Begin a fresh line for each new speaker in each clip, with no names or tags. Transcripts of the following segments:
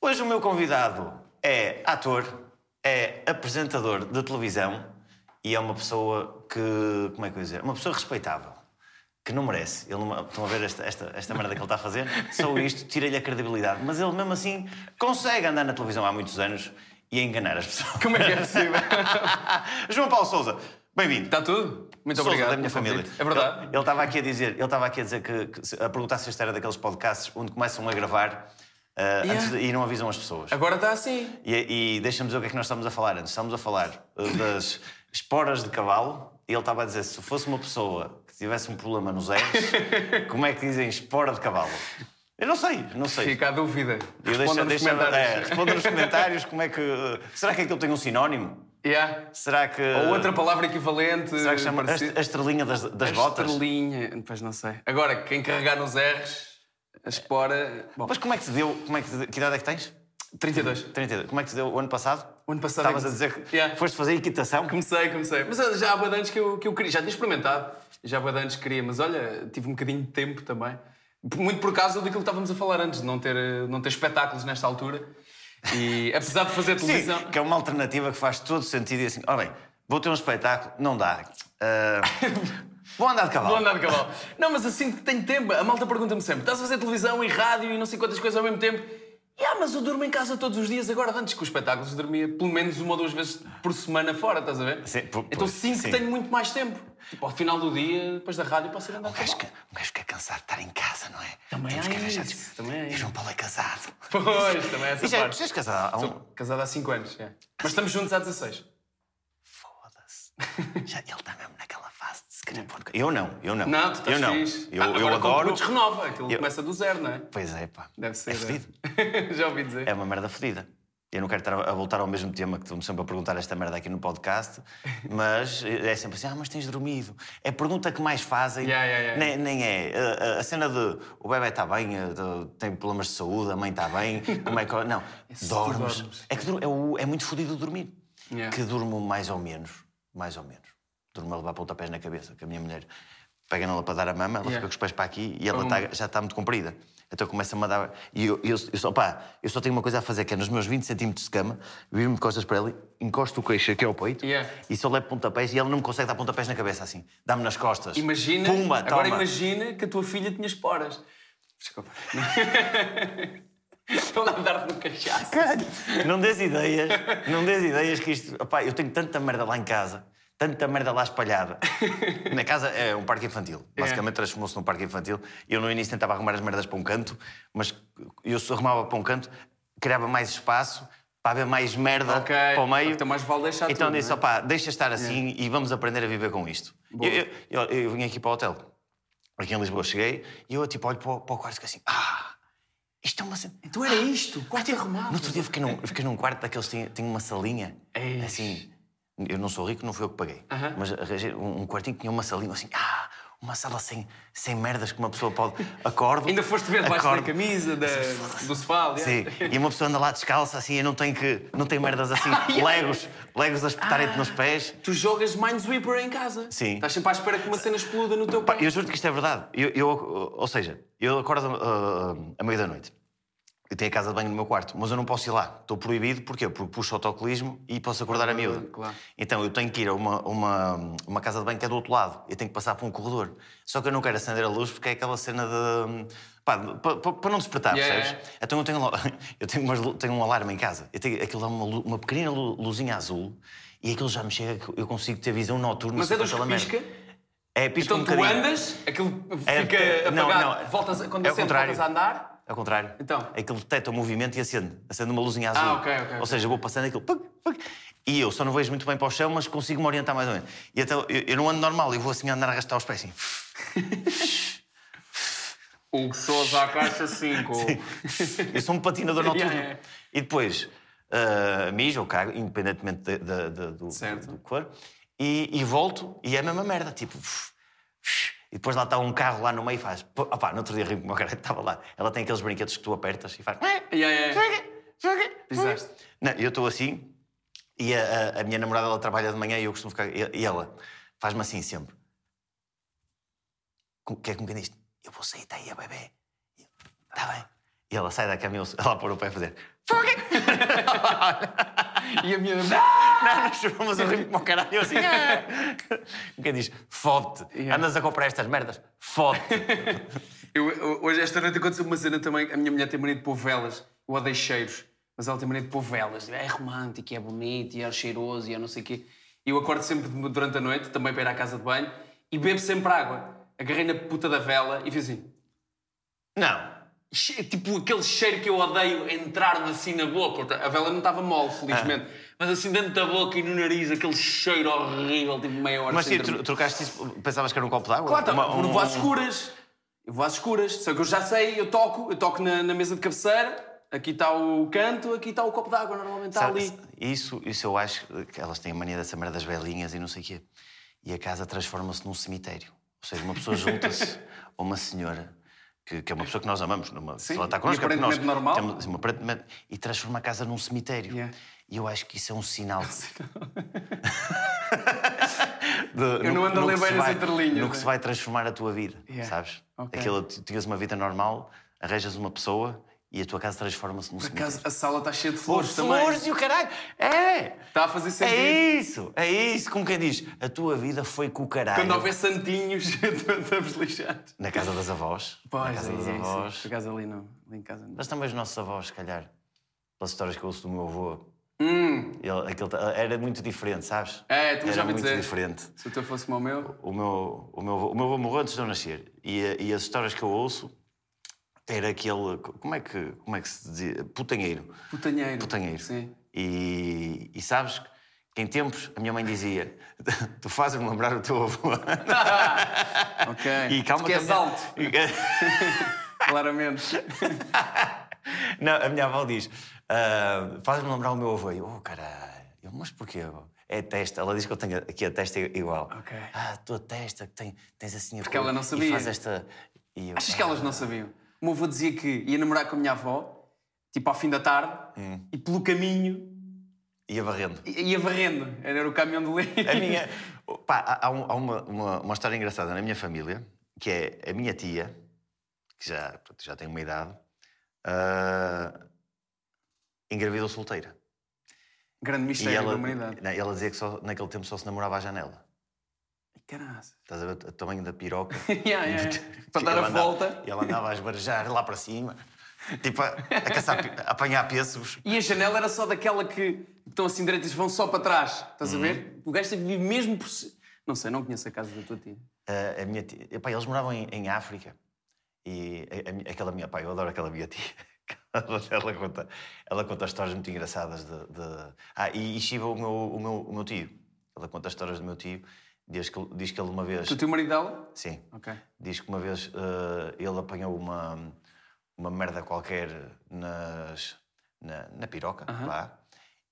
Hoje o meu convidado é ator, é apresentador de televisão e é uma pessoa que. Como é que eu ia dizer? Uma pessoa respeitável. Que não merece. Ele não- estão a ver esta, esta, esta merda que ele está a fazer? Só isto, tira-lhe a credibilidade. Mas ele, mesmo assim, consegue andar na televisão há muitos anos e enganar as pessoas.
Como é que é possível?
João Paulo Souza, bem-vindo.
Está Tá tudo? Muito
Sousa
obrigado.
da minha
pelo
família.
convite. É verdade.
Ele- Ele estava aqui a dizer, ele estava aqui a dizer que, que se- a perguntar se isto era daqueles podcasts onde começam a gravar uh, antes de- e não avisam as pessoas.
Agora está assim.
E, e deixa-me dizer o que é que nós estamos a falar antes. Estamos a falar uh, das esporas de cavalo. E ele estava a dizer, se fosse uma pessoa que tivesse um problema nos erros, como é que dizem espora de cavalo? Eu não sei, não sei.
Fica a dúvida.
Eu
Responda nos
é,
comentários.
responda nos comentários como é que... uh, será que aquilo tem um sinónimo?
Yeah.
Será que...
Ou outra palavra equivalente.
Será que chama a est- a
parecida.
estrelinha das, das
A
botas?
Estrelinha. Pois não sei. Agora, quem carregar nos R's, a espora... Bom,
Mas como é que te deu? Como é que, te deu- que idade é que tens?
32.
32. Como é que te deu o ano passado?
O ano passado... é
Estavas a dizer que
Yeah.
foste fazer equitação?
Comecei, comecei. Mas ah, já há bué de anos que eu, que eu queria. Já tinha experimentado. Já há bué de anos que queria. Mas olha, tive um bocadinho de tempo também. P- Muito por causa daquilo que estávamos a falar antes, de não ter, eh, não ter espetáculos nesta altura. E apesar de fazer
Sim,
televisão...
que é uma alternativa que faz todo sentido e assim, ó bem, vou ter um espetáculo, não dá. Ah, vou andar de cavalo.
Vou andar de cavalo. Não, mas assim que tenho tempo. A malta pergunta-me sempre: estás a fazer televisão e rádio e não sei quantas coisas ao mesmo tempo? Ah, mas eu durmo em casa todos os dias agora. Antes com os espetáculos, eu dormia pelo menos uma ou duas vezes por semana fora, estás a ver?
Sim, po-
então
pois,
sinto
sim.
que tenho muito mais tempo. Tipo, ao final do dia, depois da rádio, posso ir andar de
Um gajo,
cavalo.
que, um gajo fica cansado de estar em casa, não é?
Também
Temos
há
que arranjar
isso,
des-
também há
E o
isso.
João Paulo é casado.
Pois, também é essa
E já,
parte.
tu és casado há um...
Casado há 5 anos, é. Mas estamos juntos há 16.
Foda-se. Já ele está mesmo naquela fase de se querer pôr de ca- Eu não, eu não.
Não, tu estás
eu não.
fixe.
Eu,
Ah,
eu
agora com
adoro.
produtos renova, aquilo
Eu-
começa do zero, não é?
Pois é, pá.
Deve ser.
É
é.
fedido.
Já ouvi dizer.
É uma merda fodida. Eu não quero estar a voltar ao mesmo tema que estou-me sempre a perguntar esta merda aqui no podcast, mas é sempre assim: ah, mas tens dormido. É a pergunta que mais fazem.
Yeah, yeah, yeah.
Nem, nem é. A- a- A cena de o bebê está bem, eh, de- tem problemas de saúde, a mãe está bem, como é que. eu-" Não,
se tu
dormes.
dormes.
É, que, dur- é, o- é muito fodido dormir.
Yeah.
Que durmo mais ou menos, mais ou menos. Durmo a levar pontapés na cabeça, que a minha mulher pega nela para dar a mama, ela
Yeah.
fica com os pés para aqui e ela
Pum.
tá- já está muito comprida. Então começa-me a dar. E eu, eu, eu, só, pá, eu só tenho uma coisa a fazer, que é nos meus 20 centímetros de cama, vir-me de costas para ela, encosto o queixo aqui ao peito
Yeah.
e só levo pontapés e ela não me consegue dar pontapés na cabeça assim. Dá-me nas costas.
Imagina,
Pumba,
agora
toma.
imagina que a tua filha tinha esporas. Desculpa. Estão a dar-te no cachaço.
Caralho, não dês ideias, não dês ideias que isto. Opá, eu tenho tanta merda lá em casa, tanta merda lá espalhada. Na casa é um parque infantil. Basicamente transformou-se num parque infantil. Eu no início tentava arrumar as merdas para um canto, mas eu se arrumava para um canto, criava mais espaço para haver mais merda
Ok,
para o meio.
então mais vale deixar
Então
tudo,
disse,
não é?
opá, deixa estar assim e vamos aprender a viver com isto. Eu, eu, eu- eu vim aqui para o hotel, aqui em Lisboa, cheguei e eu tipo olho para o, para o quarto e fico assim, ah, isto é uma cena.
Então era isto, quarto
No
arrumado.
outro dia eu fiquei num, eu fiquei num quarto daqueles que tinha- tinha uma salinha.
Eish.
Assim, eu não sou rico, não fui eu que paguei.
Aham.
Mas arranjei um, um quartinho que tinha uma salinha assim, ah, uma sala sem, sem merdas que uma pessoa pode. Acordo.
Ainda foste ver debaixo da
acordo,
camisa, da, do sofá. aliás.
Sim, e uma pessoa anda lá descalça assim e não tem que. não tem merdas assim. legos, legos a espetarem-te nos pés.
Tu jogas Minesweeper em casa.
Sim.
Estás sempre à espera que uma cena exploda no teu
Pá,
pé.
eu juro que isto é verdade. Eu, eu, ou seja, eu acordo ah, à meia da noite. Eu tenho a casa de banho no meu quarto, mas eu não posso ir lá. Estou proibido, porquê? Porque puxo autocolismo e posso acordar a miúda.
claro.
Então eu tenho que ir a uma, uma, uma casa de banho que é do outro lado. Eu tenho que passar por um corredor. Só que eu não quero acender a luz porque é aquela cena de. pá, pa- pa- para não despertar,
Yeah,
percebes? Então eu tenho, lo- eu tenho, umas lu- tenho um alarme em casa. Eu tenho, aquilo dá uma, lu- uma pequenina lu- luzinha azul e aquilo já me chega que eu consigo ter visão noturna.
Mas é
sobre
dos
aquela
que
merda.
pisca?
É, pisca um
Então tu
bocadinho.
andas, aquilo
É,
fica
é, não,
apagado.
não.
Voltas, quando
É o
acende,
contrário.
voltas a andar.
Ao contrário.
Então?
Aquilo detecta o movimento e acende. Acende uma luzinha azul.
Ah, ok, ok,
Ou
ok.
seja, vou passando aquilo. puc, puc, E eu só não vejo muito bem para o chão, mas consigo me orientar mais ou menos. E até eu, eu não ando normal, eu vou assim a andar a arrastar os pés assim.
Hugo Sousa à caixa 5.
Eu sou um patinador noturno.
Yeah, yeah.
E depois ah, mijo ou cago, independentemente de- de- de- do,
Certo.
do cor, e, e volto e é a mesma merda, tipo. E depois lá está um carro lá no meio e faz. pô, Opá, no outro dia ri-me com uma cara que estava lá. Ela tem aqueles brinquedos que tu apertas e faz.
Yeah, yeah. Desastre.
Não, eu estou assim e a, a- a minha namorada ela trabalha de manhã e eu costumo ficar. E, e ela faz-me assim sempre. Com- Quer que me Tá diz? Eu vou sair daí a bebê. Está bem. E ela sai da cama e eu- ela pôr o pé a fazer. Fuck it!
E a minha.
Não, nós formamos a rir como o caralho. Eu assim. "Ah." Quem diz, fode-te.
Yeah.
Andas a comprar estas merdas, fode-te.
Eu, eu- hoje, esta noite, aconteceu uma cena também. A minha mulher tem mania de pôr velas. Eu odeio cheiros, mas ela tem mania de pôr velas. É romântico, e é bonito, e é cheiroso, e é não sei o quê. E eu acordo sempre de- durante a noite, também para ir à casa de banho, e bebo sempre água. Agarrei na puta da vela e fiz assim.
Não.
Che- Tipo aquele cheiro que eu odeio entrar-me assim na boca. A vela não estava mole, felizmente.
Ah.
Mas assim dentro da boca e no nariz, aquele cheiro horrível, tipo meia hora
Mas
sem
sim,
dormir.
tro- trocaste isso, pensavas que era um copo de água?
Claro, tá,
Uma-
eu
um-
vou às escuras. Eu vou às escuras. Só que eu já sei, eu toco, eu toco na, na mesa de cabeceira. Aqui está o canto, aqui está o copo d'água, normalmente está
Sabe-
ali.
Isso, isso eu acho que elas têm a mania dessa merda das velhinhas e não sei o quê. E a casa transforma-se num cemitério. Ou seja, uma pessoa junta-se a uma senhora, que, que é uma pessoa que nós amamos, numa, se
Sim,
ela está
e
connosco, é porque nós
aparentemente normal.
temos- sim, aparentemente- e transforma a casa num cemitério.
Yeah.
E eu acho que isso é um sinal. de-
Eu não ando a ler
que se
bem nas
vai-
entrelinhas,
No que
é?
se vai transformar a tua vida,
Yeah.
sabes?
Ok.
Aquilo, tu tinhas uma vida normal, arranjas uma pessoa e a tua casa transforma-se num
Por
cemitério.
acaso, a sala está cheia de
Ou
flores, também.
flores e o caralho. É!
Está a fazer sentido.
É isso, é isso, como quem diz, a tua vida foi com o caralho.
Quando houver santinhos, estamos lixados.
Na casa das avós. na
Pois,
casa
é,
das
isso, é isso.
avós.
Por acaso ali não. Ali em casa não.
Mas também os nossos avós, se calhar, pelas histórias que eu ouço do meu avô,
Hum,
ele- aquele ta- era muito diferente, sabes?
É, tu
era
já ouvi
muito
dizer.
diferente.
se o teu fosse como o meu.
O meu, o, meu, avô- o meu avô morreu antes de eu nascer e, a- e as histórias que eu ouço era aquele. Como é que, como é que se dizia? Putanheiro.
Putanheiro.
Putanheiro.
Sim.
E, e sabes que em tempos a minha mãe dizia: Tu fazes-me lembrar o teu avô.
Ok.
E calma
que és
também-
alto, claramente.
Não, a minha avó diz: ah, faz-me lembrar o meu avô. E Eu, oh, caralho. Eu, mas porquê? avó? É a testa. Ela diz que eu tenho aqui a testa igual.
Ok.
Ah, a tua testa, que tem, tens assim a
Porque
cor
ela não
e
sabia.
faz esta. E eu, "Ah."
Achas que elas não sabiam? O meu avô dizia que ia namorar com a minha avó, tipo ao fim da tarde,
Hum.
e pelo caminho
Ia varrendo.
i- ia varrendo. Era o caminhão de leite.
A minha. Pá, há, há um- há uma, uma, uma história engraçada na minha família, que é a minha tia, que já, portanto, já tem uma idade, ah, engravidou solteira.
Grande mistério da humanidade.
não, ela dizia que só, naquele tempo só se namorava à janela.
Caraças.
Estás a ver o tamanho da piroca?
Yeah, yeah, yeah. Para dar
Ela
a
andava-
volta.
E ela andava a esbarajar lá para cima, tipo a, a caçar, pe- a apanhar pêssegos.
E a janela era só daquela que estão assim direitas e vão só para trás. Estás a
Hum.
ver? O gajo teve de viver mesmo por si. Não sei, não conheço a casa da tua tia.
Ah, a minha tia- epá, eles moravam em, em África. E a- a minha- aquela minha. Pá, eu adoro aquela minha tia. Ela, ela conta, ela conta histórias muito engraçadas de. de- Ah, e, e Shiva, o meu, o, meu, o meu tio. Ela conta histórias do meu tio. Diz que, diz que ele uma vez.
Tu teu marido dela?
Sim.
Ok.
Diz que uma vez eh, ele apanhou uma, uma merda qualquer nas, na, na piroca, lá,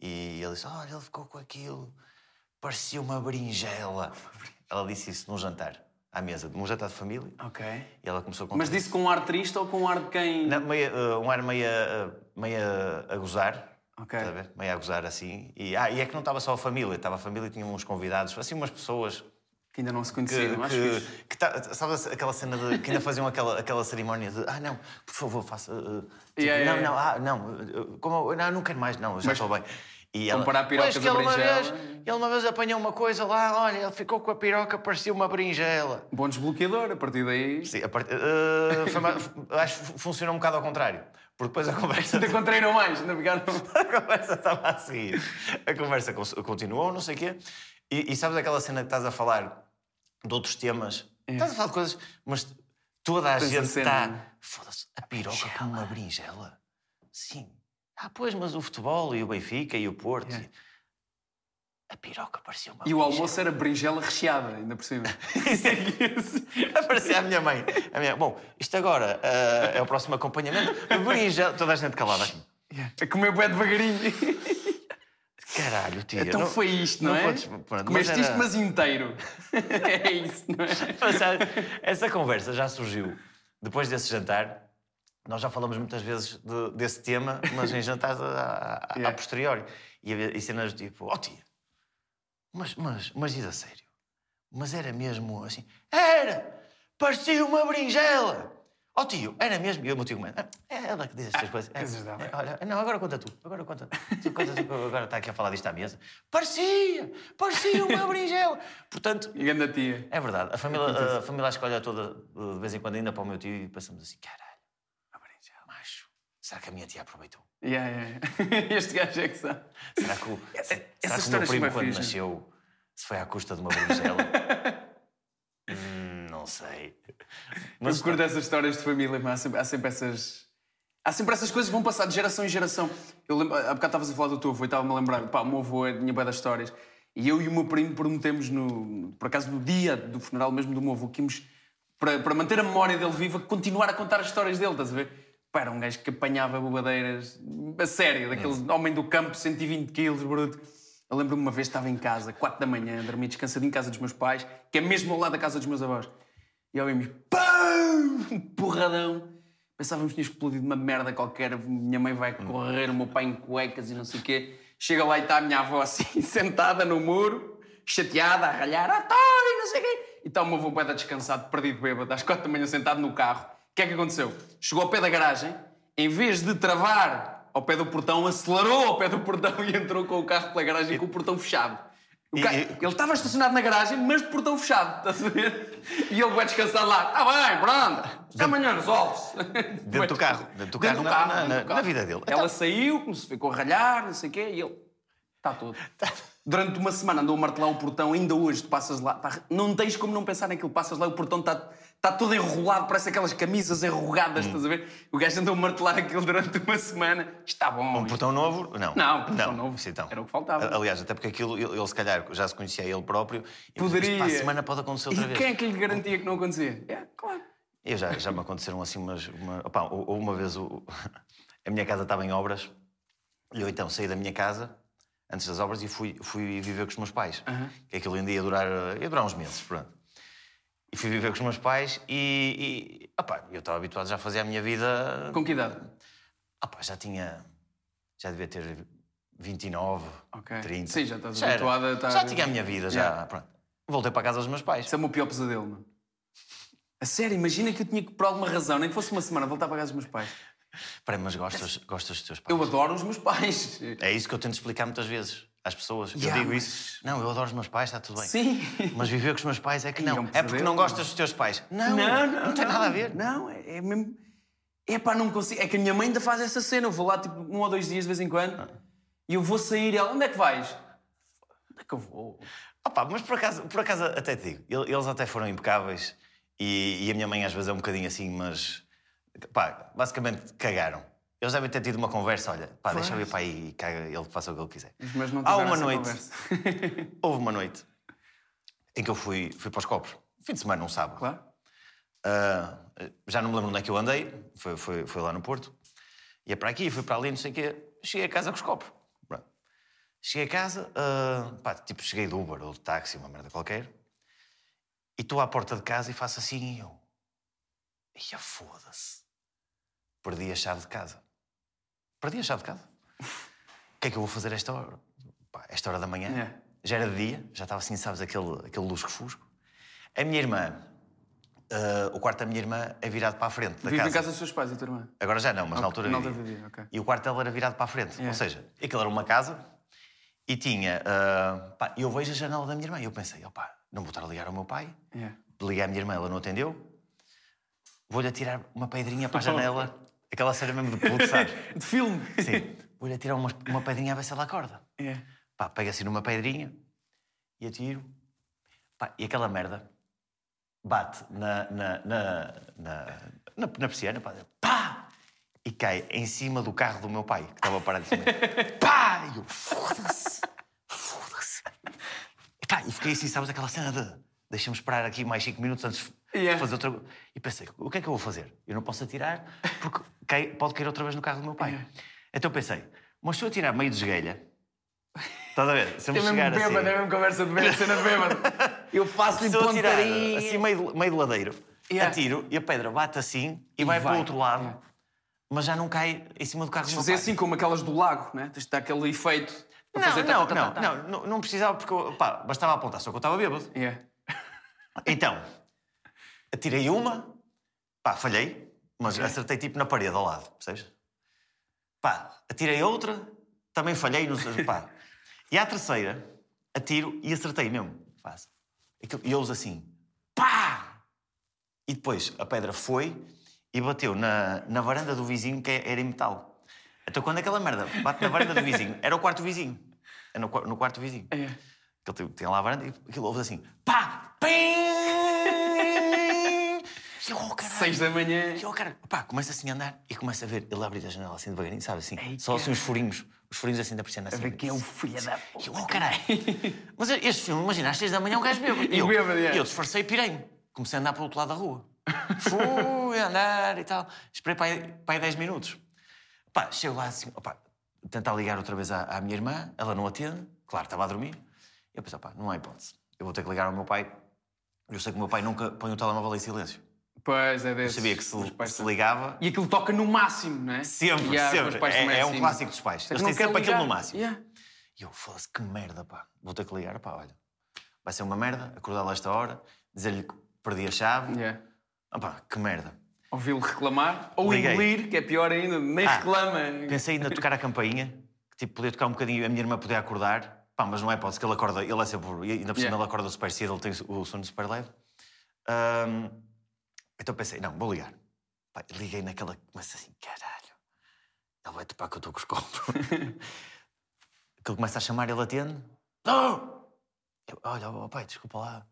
e ele disse: Olha, ele ficou com aquilo, parecia uma berinjela. Ela disse isso num jantar, à mesa, num jantar de família,
Ok.
e ela começou a contar.
Mas disse com um ar triste ou com um ar de quem.
Não, meia, eh, um ar meio, meio a gozar.
Ok.
Estás a ver? Meio a gozar assim. E, ah, e é que não estava só a família, estava a família e tinha uns convidados, assim, umas pessoas
Que ainda não se
que,
conheciam. Acho
que-
fixe.
que tá- sabe aquela cena de que ainda faziam aquela, aquela cerimónia de ah, não, por favor, faça. uh, uh, tipo,
Yeah, yeah,
não, não, ah, não, uh, uh, como, eu- não, não quero mais, não, eu já estou bem. E
comparar pirocas
"Pois que
a
ele uma,
berinjela."
vez, ele uma vez apanhou uma coisa lá, olha, ele ficou com a piroca, parecia uma berinjela.
Bom desbloqueador, a partir daí.
Sim, a part- uh, foi ma- acho que fu- funcionou um bocado ao contrário, porque depois a conversa
Ainda contraíram mais, ainda ficaram.
a conversa estava a seguir. A conversa con- continuou, não sei o quê. E, e sabes aquela cena que estás a falar de outros temas? Estás a falar de coisas, mas toda a
É. Tens a
gente
cena.
está. Foda-se, a piroca com uma berinjela. Sim. Ah, pois, mas o futebol e o Benfica e o Porto.
Yeah.
A piroca parecia uma
É. E o
berinjela.
almoço era berinjela recheada, ainda por cima.
Aparecia a minha mãe. A minha... Bom, isto agora ah, é o próximo acompanhamento. Berinjela. Toda a gente assim. calada aqui.
A comer bué devagarinho.
Caralho, tia.
Então
não-
foi isto, não,
não
é?
podes- pronto,
Comeste
mas era-
isto, mas inteiro. é isso, não é?
Mas sabe, Essa conversa já surgiu depois desse jantar. Nós já falamos muitas vezes de- desse tema, mas em jantares a, a, a-
Yeah.
a posteriori. E, havia- e cenas do tipo, oh tia, mas, mas, mas diz a sério, mas era mesmo assim, era, parecia uma berinjela. Oh tio, era mesmo? E o meu tio comenta. É ela que diz estas coisas. É,
coisas dela.
é, olha, não, agora conta tu. Agora conta. Tu conta tu, que eu agora está aqui a falar disto à mesa. Parecia! Parecia uma berinjela! Portanto,
E grande tia.
é verdade. A família, a família escolhe toda, de vez em quando, ainda para o meu tio e passamos assim: caralho,
Uma berinjela.
macho, será que a minha tia aproveitou?
Yeah, yeah. Este gajo é que sabe.
Será que o, se- será que o
história
meu primo,
chama
quando
fixe.
nasceu, se foi à custa de uma berinjela? Hum, não sei.
Eu recordo essas histórias de família, mas há sempre, há sempre essas. Há sempre essas coisas que vão passar de geração em geração. Eu lembro, há bocado estavas a falar do teu avô e estava-me a lembrar, pá, o meu avô é, tinha bué das histórias. E eu e o meu primo prometemos, no, por acaso, no dia do funeral mesmo do meu avô, que íamos, para, para manter a memória dele viva, continuar a contar as histórias dele, estás a ver? Pá, era um gajo que apanhava bobadeiras a sério, daquele homem do campo, 120 quilos, bruto. Eu lembro-me uma vez, estava em casa, 4 da manhã, dormi descansadinho em casa dos meus pais, que é mesmo ao lado da casa dos meus avós. E ouvimos PAM! Um Porradão! Pensávamos que tinha explodido uma merda qualquer, minha mãe vai correr, o meu pai em cuecas e não sei o quê. Chega lá e está a minha avó assim, sentada no muro, chateada, a ralhar, ah, tá, e não sei o quê. E está o meu avô bué da descansado, perdido, bêbado, às quatro da manhã sentado no carro. O que é que aconteceu? Chegou ao pé da garagem, em vez de travar ao pé do portão, acelerou ao pé do portão e entrou com o carro pela garagem com o portão fechado. O
E-
ca-
e-
Ele estava estacionado na garagem, mas de portão fechado, estás a ver? E ele vai descansar lá. Ah bem, pronto. Até amanhã resolve-se.
Dentro do carro, dentro do carro, na- na-
dentro do
na- na vida dele. Então-
Ela saiu, começou- ficou a ralhar, não sei o quê, e ele... Está tudo. Durante uma semana andou a martelar o portão, ainda hoje tu passas lá. pá, não tens como não pensar naquilo. Passas lá, o portão está tá todo enrolado, parece aquelas camisas enrugadas,
Hum.
estás a ver? O gajo andou a martelar aquilo durante uma semana. Está bom.
Um portão novo? Não.
Não, um portão novo.
Sim, então.
Era o que faltava.
A- Aliás, até porque aquilo ele, ele, se calhar já se conhecia ele próprio. e, por exemplo,
Poderia.
isto Para a semana pode acontecer outra
e
vez.
quem é que lhe garantia que não acontecia? É, claro.
Eu já, já me aconteceram assim umas. Uma, opá, hou- houve uma vez o- a minha casa estava em obras e eu então saí da minha casa antes das obras e fui, fui viver com os meus pais. Que aquilo ainda ia durar, eh, ia durar uns meses, pronto. E fui viver com os meus pais e. e opá, eu estava habituado já a fazer a minha vida.
Com que idade?
Opá, já tinha. Já devia ter 29,
Ok.
30.
Sim, já estás
era.
habituada a estar-
Já tinha a minha vida, já.
Yeah.
Pronto. Voltei para a casa dos meus pais.
Isso é o meu pior pesadelo, mano. A sério, imagina que eu tinha que, por alguma razão, nem que fosse uma semana, voltar para casa dos meus pais.
Espera, aí, mas gostas, gostas dos teus pais?
Eu adoro os meus pais.
É isso que eu tento explicar muitas vezes às pessoas.
Yeah,
eu digo
mas-
isso. Não, eu adoro os meus pais, está tudo bem.
Sim.
Mas viver com os meus pais é que
Ih, é um
não. É porque
pesadelo.
não gostas dos teus pais. Não, não, tem nada a ver.
Não, é, é mesmo. É pá, não consigo. É que a minha mãe ainda faz essa cena. Eu vou lá tipo um ou dois dias de vez em quando e eu vou sair e ela, onde é que vais? Onde é que eu vou?
Opa, mas por acaso, por acaso até te digo, ele- eles até foram impecáveis e, e a minha mãe às vezes é um bocadinho assim, mas pá, basicamente cagaram. Eles devem ter tido uma conversa, olha, pá, deixa eu ir para aí e caga, ele faça o que ele quiser.
Os meus não
Há
tiveram
uma
essa
noite.
conversa.
Houve uma noite em que eu fui, fui para os copos, fim de semana, um sábado.
Claro.
Ah, já não me lembro onde é que eu andei, foi, foi, foi lá no Porto. Ia para aqui, fui para ali, não sei o quê. Cheguei a casa com os copos. Pronto. Cheguei a casa, ah, pá, tipo, cheguei de Uber ou de táxi, uma merda qualquer. E estou à porta de casa e faço assim e eu. Ia foda-se. Perdi a chave de casa. Perdi a chave de casa. O que é que eu vou fazer a esta hora? Pá, esta hora da manhã?
É.
Já era de dia, já estava assim, sabes, aquele, aquele lusco-fusco. A minha irmã, ah, o quarto da minha irmã é virado para a frente da
Vive
casa.
em casa dos seus pais, a tua irmã.
Agora já não, mas na altura
Na
vivia.
altura vivia, ok.
E o quarto dela era virado para a frente.
Yeah.
Ou seja, aquilo era uma casa e tinha... ah, pá, eu vejo a janela da minha irmã e eu pensei, opá, não vou estar a ligar ao meu pai.
Yeah.
Liguei à minha irmã, ela não atendeu. Vou-lhe atirar uma pedrinha para a janela. Aquela cena mesmo de puto, sabes?
De filme. É.
Sim. Vou-lhe atirar uma, uma pedrinha a ver se ela acorda.
Yeah.
Pá, pega assim numa pedrinha e atiro. Pá, e aquela merda bate na, na, na, na, na, na persiana, pá, pá! E cai em cima do carro do meu pai, que estava parado em cima. pá! E eu, foda-se! Foda-se! E, pá, e fiquei assim, sabes, aquela cena de deixa-me esperar aqui mais 5 minutos antes
Yeah.
de fazer outra coisa. E pensei, o que é que eu vou fazer? Eu não posso atirar porque cai- pode cair outra vez no carro do meu pai. Então pensei, mas se eu atirar meio de esguelha, estás a ver? Se eu me
É mesmo
chegar assim,
bêbado, é mesmo conversa de bêbado, cena de bêbado. Eu faço-lhe
se eu atirar
pontaria.
assim meio, de- meio de ladeiro,
Yeah.
atiro e a pedra bate assim e, vai, para
vai.
o outro lado,
Yeah.
mas já não cai em cima do carro do meu
Fazer
pai.
assim como aquelas do lago, né? Tens de dar aquele efeito. para
Não,
fazer tá,
não,
tá,
não,
tá, tá.
não, não, não precisava porque eu- pá, bastava apontar, só que eu estava bêbado.
Yeah.
Então, atirei uma, pá, falhei, Mas acertei tipo na parede ao lado, percebes? Pá, atirei outra, também falhei, não sei, pá. E à terceira, atiro e acertei mesmo. Faz. Aquilo- E eu uso assim, pá! E depois a pedra foi e bateu na, na varanda do vizinho que é, era em metal. Então quando aquela merda bate na varanda do vizinho, era o quarto vizinho. Era no, qua- no quarto vizinho.
É.
Ele tem, tem lá a varanda e aquilo ouve assim, pá! Pim! E eu, oh, caralho.
Seis da manhã.
E eu, cara, pá, começa assim a andar e começa a ver ele abrir a janela assim devagarinho, sabe assim?
Ei,
só assim os furinhos, os furinhos assim da persiana assim.
ver quem é o filho da
E eu, oh, caralho. Mas este filme, imagina, às seis da manhã um gajo bêbado.
E
eu,
bêbado, é.
e eu disfarcei e pirei-me. Comecei a andar para o outro lado da rua. Fui a andar e tal. Esperei para aí, para aí 10 minutos. Pá, chego lá assim, opá, tentar ligar outra vez à, à minha irmã, ela não atende, claro, estava a dormir. Eu pensei, opá, não há hipótese. Eu vou ter que ligar ao meu pai. Eu sei que o meu pai nunca põe o telemóvel em silêncio.
Pois é,
Eu
desses.
sabia que se,
Os pais
se
são-
ligava,
E aquilo toca no máximo, não é?
Sempre,
Yeah, os meus
sempre.
pais também
É, é um
assim.
clássico dos pais.
Só que
Eles
não
têm
quero
sempre aquilo
ligar.
no máximo.
Yeah.
E eu, foda-se, que merda, pá. Vou ter que ligar, pá, olha. Vai ser uma merda acordá-lo a esta hora, dizer-lhe que perdi a chave.
Yeah.
Ah, pá, que merda.
Ouvi-lo reclamar, ou
Liguei.
engolir, que é pior ainda, nem
Ah,
reclama.
Pensei ainda tocar a campainha, que tipo, podia tocar um bocadinho, a minha irmã podia acordar. Pá, mas não é hipótese, que ele acorda, ele é sempre... e Ainda por cima
Yeah.
ele acorda super cedo, ele tem o sono super leve. Ahm, então pensei, não, vou ligar. Pá, liguei naquela, começa assim, caralho. Ele vai topar que eu estou com os copos. que ele começa a chamar, ele atende. Não! Eu, olha, oh, pai, desculpa lá.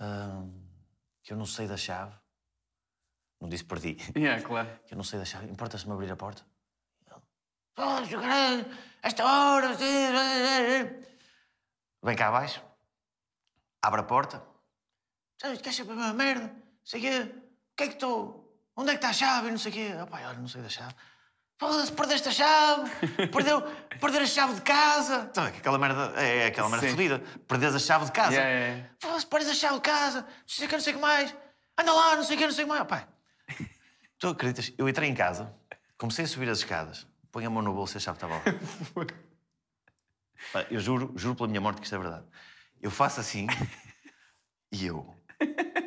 Ahm, que eu não sei da chave. Não disse perdi.
Yeah, claro.
Que eu não sei da chave. Importa-se-me abrir a porta? Ele, "Oh, seu caralho, esta hora... sim, é, é, é." Vem cá abaixo. Abre a porta. Sabes, queres saber uma merda? Não sei o quê. O que é que estou? Onde é que está a chave? Não sei o quê. Ah, pá, olha, não sei da chave. Foda-se, perdeste a chave. Perdeu, perder a chave de casa. Então, é que aquela merda, é, é aquela merda
Sim.
fodida. Perdes a chave de casa.
Yeah, yeah.
Foda-se, pares a chave de casa, não sei o que, não sei o que mais. Anda lá, não sei o que, não sei o que mais. Pá. Tu acreditas? Eu entrei em casa, comecei a subir as escadas, põe a mão no bolso e a chave estava lá. Pá, Eu juro, juro pela minha morte que isto é verdade. Eu faço assim e eu.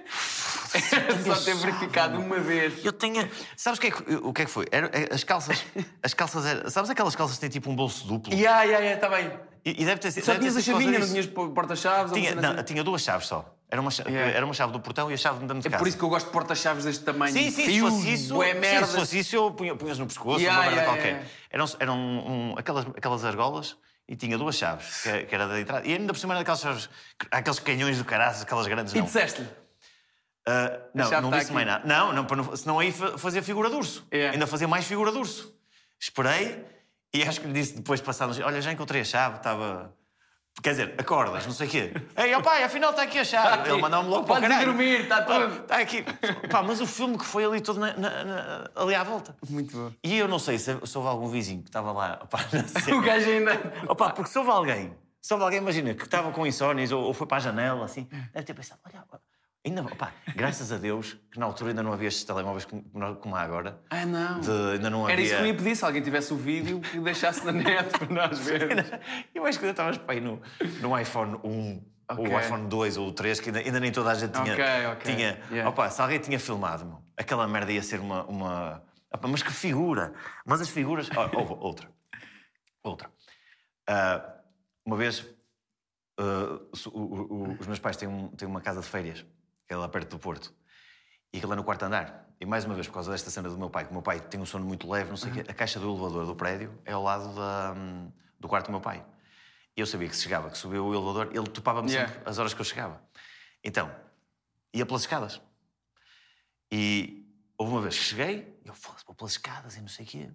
Só ter verificado uma vez.
Eu tinha. Sabes o que é que, o que, é que foi? Era- é, as calças. As calças era- Sabes aquelas calças que têm tipo um bolso duplo? E,
Yeah, yeah, yeah, está bem.
e deve ter sido.
Só
deve ter
tinhas a
sido por causa
chavinha, não
disso.
tinhas po- porta-chaves? ou
Tinha,
uma cena
não,
assim?
tinha duas chaves só. Era uma, chave,
Yeah.
era uma chave do portão e a chave de dentro de
É
casa.
por isso que eu gosto de porta-chaves deste tamanho.
Sim, sim, se
Fios,
fosse isso,
bué
sim,
merda.
se fosse isso, eu punha- punhas no pescoço,
Yeah,
uma merda
yeah,
qualquer.
yeah.
Eram, eram um- aquelas, aquelas argolas e tinha duas chaves, que, que era da entrada. E ainda por cima era daquelas chaves, aqueles canhões do caraças, aquelas grandes,
E
não.
disseste-lhe.
Ah, não,
chave
não
tá
disse
aqui. É.
mais nada. Não, não, para não, senão aí fa- fazia figura de urso.
Yeah.
Ainda fazia mais figura de urso. Esperei e acho que lhe disse depois, passado uns Olha, já encontrei a chave, estava... Quer dizer, acordas, não sei o quê. Ei, ó pai, afinal está aqui a chave.
aqui.
Ele mandou-me logo
Não
para o
podes ir
caralho.
dormir, está
Pá,
tudo.
Está aqui. Pá, mas o filme que foi ali todo na- na- na- ali à volta.
Muito bom.
E eu não sei se, se houve algum vizinho que estava lá. Opá, na cena.
O gajo ainda.
Opá, porque se houve alguém, se houve alguém, imagina, que estava com insónias ou, ou foi para a janela, assim, deve ter pensado, olha, ainda, opá, graças a Deus que na altura ainda não havia estes telemóveis como, como há agora.
Ah, não.
De- é? ainda não
Era isso que eu ia
havia.
pedir, se alguém tivesse o vídeo, que deixasse na net para nós vermos.
Eu acho que ainda estavas para aí no, no iPhone 1.
Ok.
Ou o iPhone 2 ou o 3, que ainda, ainda nem toda a gente tinha.
Ok, ok.
tinha
Yeah.
opá, se alguém tinha filmado, meu, aquela merda ia ser uma. uma opá, mas que figura! Mas as figuras. ó, houve outra. Outra. Ah, uma vez, ah, su- o- o- o- os meus pais têm, um- têm uma casa de férias, que é lá perto do Porto, e aquilo é no quarto andar. E mais uma vez, por causa desta cena do meu pai, que o meu pai tem um sono muito leve, não sei o quê, a caixa do elevador do prédio é ao lado da, hum, do quarto do meu pai. E eu sabia que se chegava, que subiu o elevador, ele topava-me
Yeah.
sempre as horas que eu chegava. Então, ia pelas escadas. E houve uma vez que cheguei, eu fosse vou pelas escadas e não sei o quê.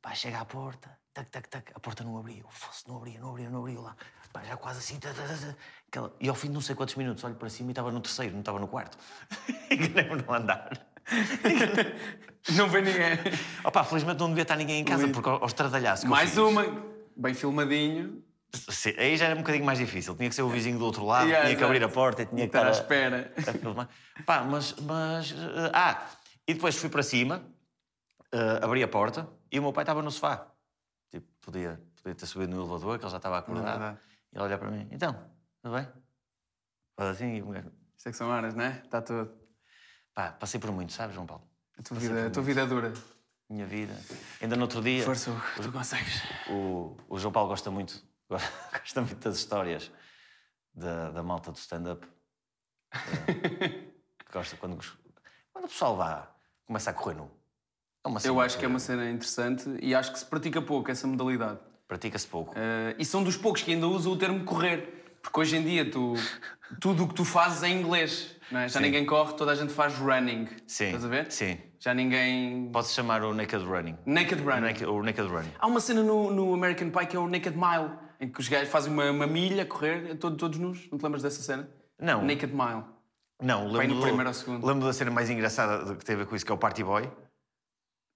Pá, chega à porta, tac, tac, tac, a porta não abria. Eu fosse, não abria, não abria, não abria eu lá. Pá, já quase assim. tá, tá, tá, tá. Aquela- E ao fim de não sei quantos minutos, olho para cima e estava no terceiro, não estava no quarto. Enganei-me no andar.
Não vê ninguém.
Opa, felizmente não devia estar ninguém em casa,
Ui.
porque aos tradalhaços. que eu
Mais
fiz-
uma. Bem filmadinho.
Sim, Aí já era um bocadinho mais difícil. Tinha que ser o vizinho do outro lado,
Yeah,
tinha que
exato.
abrir a porta e tinha que
Estar à
estar a-
espera.
a filmar. Pá, mas. mas eh, ah, e depois fui para cima, eh, abri a porta e o meu pai estava no sofá. Tipo, podia, podia ter subido no elevador, que ele já estava acordado.
é verdade.
e ele olha para mim: então, tudo bem? Faz assim e um gajo.
Isto é que são horas, não é? Está tudo.
Pá, passei por muito, sabes, João Paulo?
A tua, vida, a tua vida é dura.
Minha vida. Ainda no outro dia,
Força, Hugo, tu consegues.
o, o João Paulo gosta muito, gosta muito das histórias da, da malta do stand-up. Eh, gosta quando, quando o pessoal vá, começa a correr nu. É uma
Eu
cena
acho que é uma cena interessante e acho que se pratica pouco essa modalidade.
Pratica-se pouco.
Eh, e são dos poucos que ainda usam o termo correr. Porque hoje em dia tu, tudo o que tu fazes é em inglês. não é? Já
Sim.
ninguém corre, toda a gente faz running.
Sim.
Estás a ver?
Sim.
Já ninguém.
Pode-se chamar o Naked Running.
Naked running.
Naked- o Naked Running.
Há uma cena no, no American Pie que é o Naked Mile, em que os gajos fazem uma, uma milha a correr, todos, todos nus. Não te lembras dessa cena?
Não.
Naked Mile.
Não, lembro,
Bem no
do-
primeiro ou segundo.
lembro da cena mais engraçada do que teve a ver com isso, que é o Party Boy.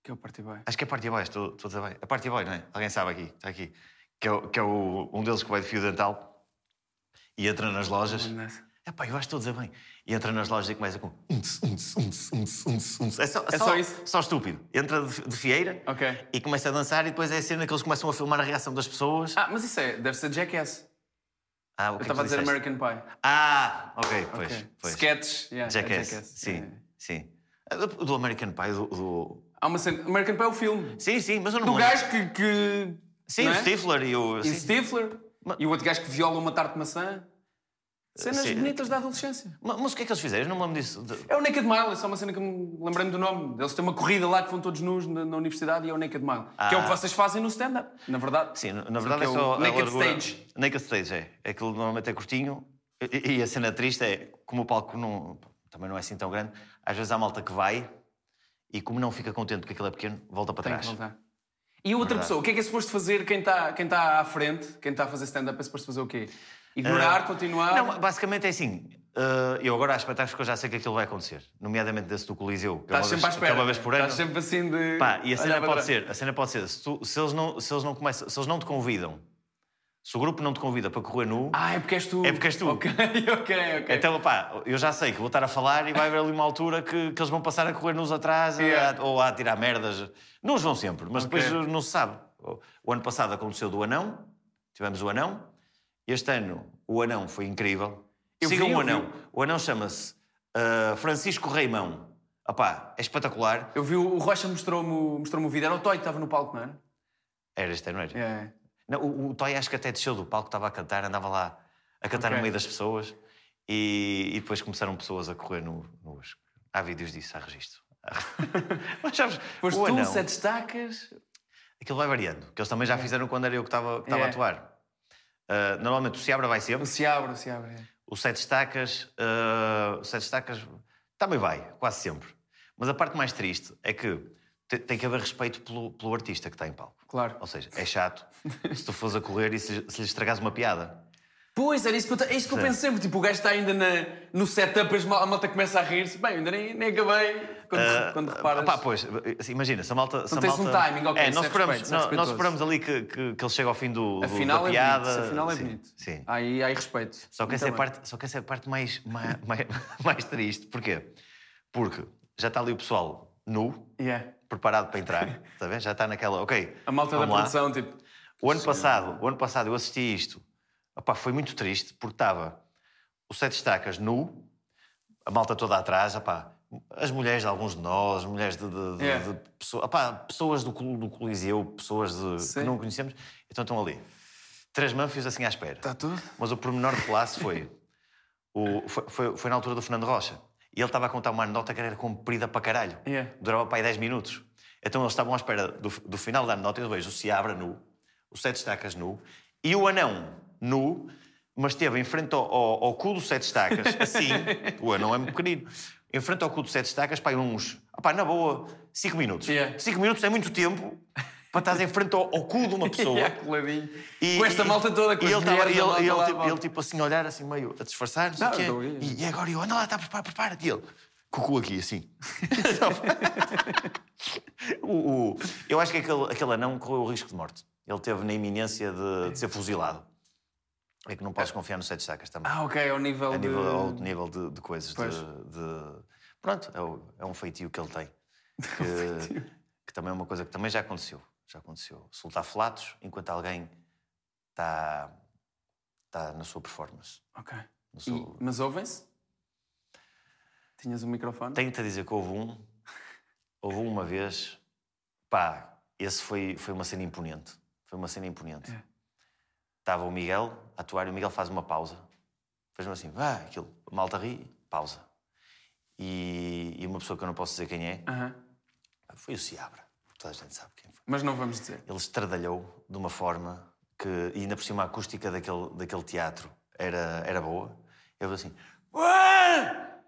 Que é o Party Boy.
Acho que é Party Boy, estou, estou a dizer bem. É Party Boy, não é? Alguém sabe aqui, está aqui. Que é, o- que é o- um deles que vai de fio dental e entra nas lojas.
Lembro dessa.
É pá, eu acho que estou a dizer bem. E entra nas lojas e começa com. uns, uns, uns, uns, uns, uns. É só,
É só isso?
Só estúpido. Entra de, de fieira
Ok.
e começa a dançar e depois é a cena que eles começam a filmar a reação das pessoas.
Ah, mas isso é, deve ser Jackass.
Ah, o que
Eu
é que
estava a
tu
dizer
disseste?
American Pie.
Ah, ok, pois.
Ok.
pois.
Sketch. Yeah, é
Jackass. Sim,
É.
sim. Ah, Do, do American Pie, do, do-
Há uma cena. American Pie é o filme.
Sim, sim, mas eu não
Do
me lembro.
gajo que. que
Sim,
não
o
é?
Stifler e o.
E
sim.
Stifler.
Ma-
E o outro gajo que viola uma tarte de maçã. Cenas
Sim.
bonitas da adolescência.
Ma- Mas o que é que eles fizeram? Eu não me lembro disso. De-
É o Naked Mile, é só uma cena que me lembrei-me do nome. Eles têm uma corrida lá que vão todos nus na, na universidade e é o Naked Mile. Que é o que
Ah.
vocês fazem no stand-up, na verdade.
Sim, na verdade é
que é o
só. a
naked
largura-
stage.
Naked stage, é. Aquilo normalmente é curtinho. E, e a cena triste é, como o palco não, também não é assim tão grande, às vezes há malta que vai e, como não fica contente porque aquilo é pequeno, volta para
Tem que
trás.
voltar. E a outra
Verdade.
pessoa, o que é que é suposto fazer quem está quem tá à frente, quem está a fazer stand-up, é suposto fazer o quê? Ignorar, continuar?
Ah, Não, basicamente é assim. eh, eu agora há espetáculos que eu já sei que aquilo vai acontecer, nomeadamente desse do Coliseu. que é uma
Estás sempre à
vez- que é
espera.
uma vez por ano.
Estás sempre assim de.
Pá, e a
olhar
cena
para
pode
trás.
ser, a cena pode ser, se, tu- se eles não, se eles não começam, se eles não te convidam, se o grupo não te convida para correr nu,
Ah, é porque és tu.
É porque és tu.
Ok, ok, ok.
então pá, eu já sei que vou estar a falar e vai haver ali uma altura que, que eles vão passar a correr nos atrás a-
Yeah.
ou a tirar merdas. Não os vão sempre, mas
Ok.
depois não se sabe. O- O ano passado aconteceu do anão, tivemos o anão. Este ano o anão foi incrível.
Eu
Sigam
vi,
o
eu vi.
anão. O anão chama-se ah, Francisco Reimão. Opá, é espetacular.
Eu vi o o Rocha mostrou-me o- mostrou-me o vídeo. Era o Toy que estava no palco, não era?
Era este ano, não era?
É.
Não, o, o Toy acho que até desceu do palco, estava a cantar, andava lá a cantar
Ok.
no meio das pessoas e, e depois começaram pessoas a correr no, nos. Há vídeos disso, há registro. Mas sabes,
Pois
o
tu,
anão,
se destacas.
aquilo vai variando, que eles também já fizeram quando era eu que estava que estava
É.
a atuar. Ah, normalmente o Seabra vai sempre,
Se abre, se abre. é.
o Sete Estacas, ah, o Sete Estacas também vai, quase sempre. Mas a parte mais triste é que te- tem que haver respeito pelo- pelo artista que está em palco.
Claro.
Ou seja, é chato se tu fores a correr e se, se lhe estragares uma piada.
Pois, era isso que eu, ta- é isso que eu
Sim.
penso sempre. Tipo, o gajo está ainda na, no setup, as mal- a malta começa a rir-se. Bem, ainda nem, nem acabei. Quando,
Ah,
quando reparas.
pá, pois, se- imagina, se a malta. se a
tens um
malta-
timing, ok,
É,
isso
nós
é
esperamos,
respeito, isso é
nós, nós
respeitoso.
esperamos ali que, que, que ele chegue ao fim do, do-
afinal
da
é
piada.
bonito. Afinal é
sim,
bonito.
Sim.
Aí, aí respeito.
Só que,
Muito
essa é a
bem.
parte, só que essa é a parte mais, mais, mais, mais triste. Porquê? Porque já está ali o pessoal nu,
Yeah.
preparado para entrar. está a ver? Já está naquela. Ok.
A malta
vamos
da
lá.
produção, tipo.
O ano passado, o ano passado eu assisti a isto. Opá, foi muito triste porque estava o Sete Estacas nu, a malta toda atrás, opá, as mulheres de alguns de nós, mulheres de, de- de-
Yeah.
de pessoa- opá, pessoas do, col- do Coliseu, pessoas de-
Sim.
que não conhecemos, então estão ali. Três manfios assim à espera.
Está tudo?
Mas o pormenor de classe foi, o- foi, foi- foi na altura do Fernando Rocha. E ele estava a contar uma anedota que era comprida para caralho.
Yeah.
Durava para aí 10 minutos. Então eles estavam à espera do, do final da anedota e eu vejo o Seabra nu, o Sete Estacas nu e o Anão nu, mas esteve em frente ao, ao, ao cu do Sete Estacas, assim, o Anão é muito pequenino, em frente ao cu do Sete Estacas, pá, uns, pá, na boa, 5 minutos. 5
Yeah.
minutos é muito tempo para estás em frente ao, ao cu de uma pessoa.
Yeah, coladinho. Com esta malta toda, com
e
as
ele tava-
mulheres,
e
a
ele-
malta
e ele
lá à
tipo-
volta.
ele, tipo assim, a olhar assim meio a disfarçar, não sei o
Não,
quê.
não ia.
E, e agora eu, anda lá, tá, prepara, prepara-te. E ele, com o cu aqui, assim. O- o- eu acho que aquele, aquele anão correu o risco de morte. Ele teve na iminência de, de ser fuzilado. É que não podes confiar no sete sacas também.
Ah, ok, ao nível,
a nível,
de...
a outro nível de, de coisas. De,
Pois.
de- Pronto, é, o- é um feitio que ele tem.
um
Que, que também é uma coisa que também já aconteceu. Já aconteceu. Soltar flatos enquanto alguém está tá na sua performance.
Ok.
No
E-
seu...
mas ouvem-se? Tinhas um microfone?
Tenho-te a dizer que houve um Houve uma vez, pá, esse foi, foi uma cena imponente. Foi uma cena imponente.
É.
Estava o Miguel a atuar e o Miguel faz uma pausa. Faz-me assim, vá, aquilo, a malta ri, pausa. E, e uma pessoa que eu não posso dizer quem é,
Aham.
foi o Seabra. Toda a gente sabe quem foi.
Mas não vamos dizer.
Ele estradalhou de uma forma que, e ainda por cima a acústica daquele, daquele teatro era, era boa. Ele assim, "Ué!"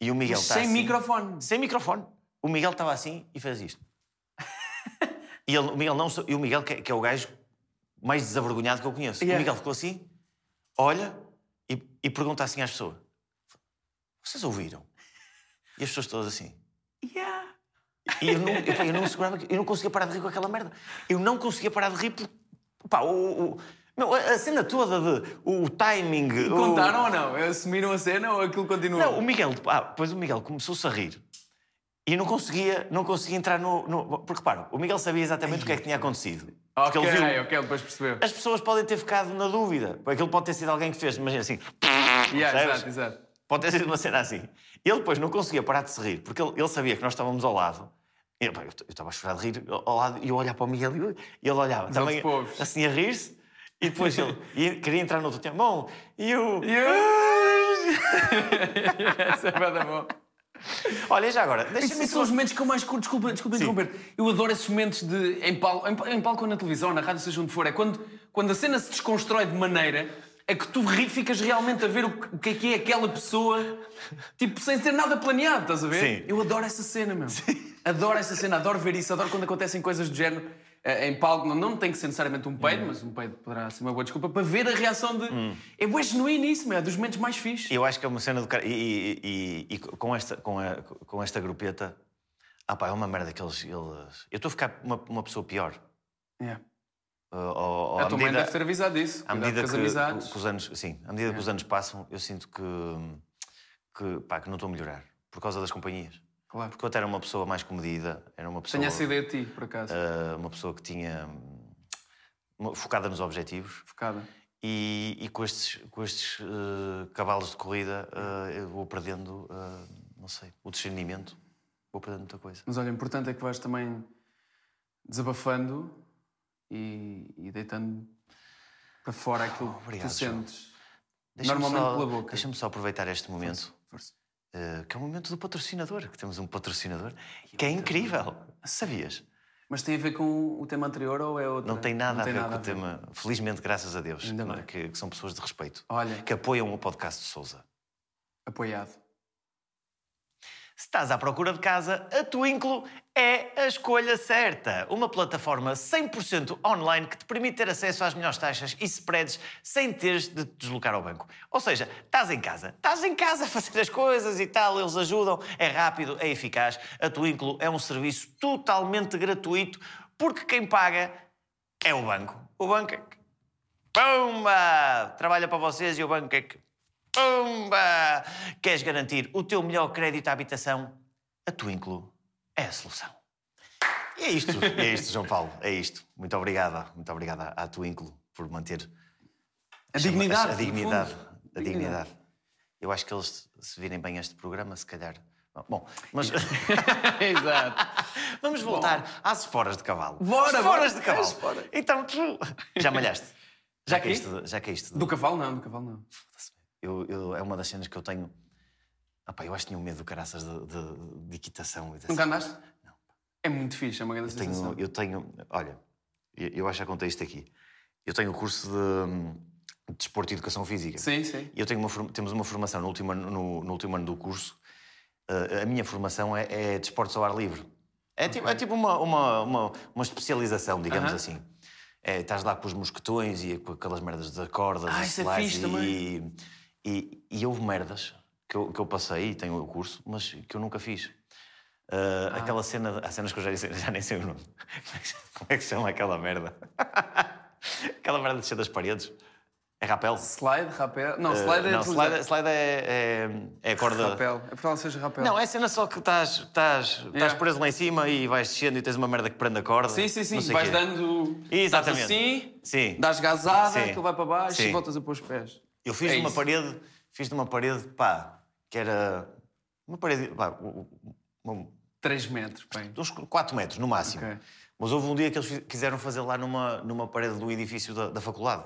e o Miguel está
Sem
assim,
microfone.
sem microfone. O Miguel estava assim e fez isto. e, ele- o Miguel não, e o Miguel, que é, que é o gajo mais desavergonhado que eu conheço.
Yeah.
O Miguel ficou assim, olha e, e pergunta assim às pessoas: Vocês ouviram? E as pessoas todas assim.
Yeah.
E eu não, eu, pá, eu não segurava, eu não conseguia parar de rir com aquela merda. Eu não conseguia parar de rir porque. Pá, o, o- meu, a- a cena toda de. O, o timing. o-
Uh. Contaram ou não? Assumiram a cena ou aquilo continua?
não, o Miguel, ah, pois o Miguel começou-se a rir. E eu não conseguia, não conseguia entrar no, no- Porque repara, o Miguel sabia exatamente o que é que tinha acontecido. Porque
Ok,
ele viu.
ok, depois percebeu.
As pessoas podem ter ficado na dúvida. Aquilo pode ter sido alguém que fez, imagina assim. percebes?
Yeah, exato, exato.
Pode ter sido uma cena assim. Ele depois não conseguia parar de se rir, porque ele, ele sabia que nós estávamos ao lado. E, pá, Eu eu estava a chorar de rir ao ao lado e eu olhar para o Miguel e eu- e ele olhava também
povos.
assim a rir-se. E depois ele e queria entrar no outro tema. Bom, e eu.
Essa é bué da bom.
Olha, já agora,
Esses
deixa-me
são os momentos que eu mais curto. Desculpa, desculpa interromper. Eu adoro esses momentos de, em, palco, em, em palco ou na televisão, na rádio, seja onde for. É quando, quando a cena se desconstrói de maneira a que tu ri, ficas realmente a ver o que- o que é que é aquela pessoa, tipo, sem ter nada planeado, estás a ver?
Sim.
Eu adoro essa cena, meu. Adoro essa cena, adoro ver isso, adoro quando acontecem coisas do género eh, em palco. Não, não tem que ser necessariamente um
Uhum.
peido, mas um peido poderá ser uma boa desculpa para ver a reação de.
Hum.
É bué genuíno isso, meu. É dos momentos mais fixes.
Eu acho que é uma cena do cara. E, e- e- e com, esta, com, a- com esta grupeta. Ah, pá, é uma merda que eles. eles- Eu estou a ficar uma, uma pessoa pior.
Yeah.
Uh, ao- ao-
É. A
à
tua mãe
medida-
deve ter avisado disso.
à
Cuidado
medida
com as
que,
amizades. É.
que os anos. Sim, à medida que os anos passam, eu sinto que. que pá, que não estou a melhorar. Por causa das companhias.
Claro.
Porque eu até era uma pessoa mais comedida, era uma pessoa.
Tenho essa ideia de ti, por acaso.
ah, uma pessoa que tinha. hum, uma- focada nos objetivos.
Focada.
E, e com estes, com estes eh, cavalos de corrida eh, eu vou perdendo, eh, não sei, o discernimento. Vou perdendo muita coisa.
Mas olha, o importante é que vais também desabafando e, e deitando para fora aquilo que
obrigado,
tu
João.
sentes.
Deixa-me
Normalmente
só-
pela boca.
Deixa-me só aproveitar este momento,
Força.
eh, que é o momento do patrocinador, que temos um patrocinador que é incrível. Sabias?
Mas tem a ver com o tema anterior ou é outro?
Não tem nada
Não
a ver com
nada
o tema, felizmente, graças a Deus,
Ainda
não é?
bem.
que, que são pessoas de respeito,
Olha,
que apoiam o podcast de Souza.
apoiado.
Se estás à procura de casa, a Twinklo é a escolha certa. Uma plataforma 100% online que te permite ter acesso às melhores taxas e spreads sem teres de te deslocar ao banco. Ou seja, estás em casa. Estás em casa a fazer as coisas e tal, eles ajudam. É rápido, é eficaz. A Twinklo é um serviço totalmente gratuito porque quem paga é o banco. O banco é que... Pumba! Trabalha para vocês e o banco é que. Pumba! Queres garantir o teu melhor crédito à habitação? A Twinklo é a solução. E é isto, e é isto, João Paulo, é isto. Muito obrigada, muito obrigada à Twinklo por manter
A dignidade.
a
no
dignidade.
fundo.
A dignidade. Eu acho que eles, se virem bem este programa, se calhar. Bom, mas
Exato.
vamos voltar às esporas de cavalo.
Bora,
esporas
bora.
de cavalo.
As esporas.
Então, tu já malhaste. Já
Já quê?
caíste, de- já caíste de-
Do cavalo não, do cavalo não.
Eu- eu- é uma das cenas que eu tenho. Ah, pá, eu acho que tinha um medo do caraças de, de- de equitação. e dessas-
Nunca andaste?
Não.
É muito fixe, é uma grande
Eu tenho, um-
sensação.
eu tenho. Olha, eu, eu acho que já contei isto aqui. Eu tenho o curso de, hum, de Desporto e Educação Física.
Sim, sim.
E Eu tenho uma, form- temos uma formação no último ano, no, no último ano do curso. Eh, a minha formação é, é desportos ao ar livre. É tipo, é tipo uma, uma, uma, uma especialização, digamos
Aham.
assim. É, estás lá com os mosquetões e com aquelas merdas de cordas
Ah,
e
isso é
slides
fixe
e,
também.
E, e houve merdas que eu, que eu passei e tenho o curso, mas que eu nunca fiz. Eh,
Ah.
Aquela cena, de- há cenas que eu já, disse- já nem sei o nome. Como é que se chama aquela merda? aquela merda de descer das paredes? É rapel?
Slide, rapel. Não, slide é
Eh, não,
deslizar.
slide, slide é, é, é a corda.
Rapel. É porque ela seja rapel.
Não, é cena só que estás, estás, estás
Yeah.
preso lá em cima e vais descendo e tens uma merda que prende a corda.
Sim, sim,
não
sim.
sei
Vais
quê.
dando.
Exatamente.
dás assim,
Sim.
dás gasada,
Sim.
aquilo vai para baixo
Sim.
e voltas a pôr os pés.
Eu fiz
É
de uma
isso.
parede, fiz de uma parede, pá, que era uma parede, pá, um- um- um-
3 metros, bem.
uns 4 metros no máximo.
Ok.
Mas houve um dia que eles fiz- quiseram fazer lá numa, numa parede do edifício da, da faculdade.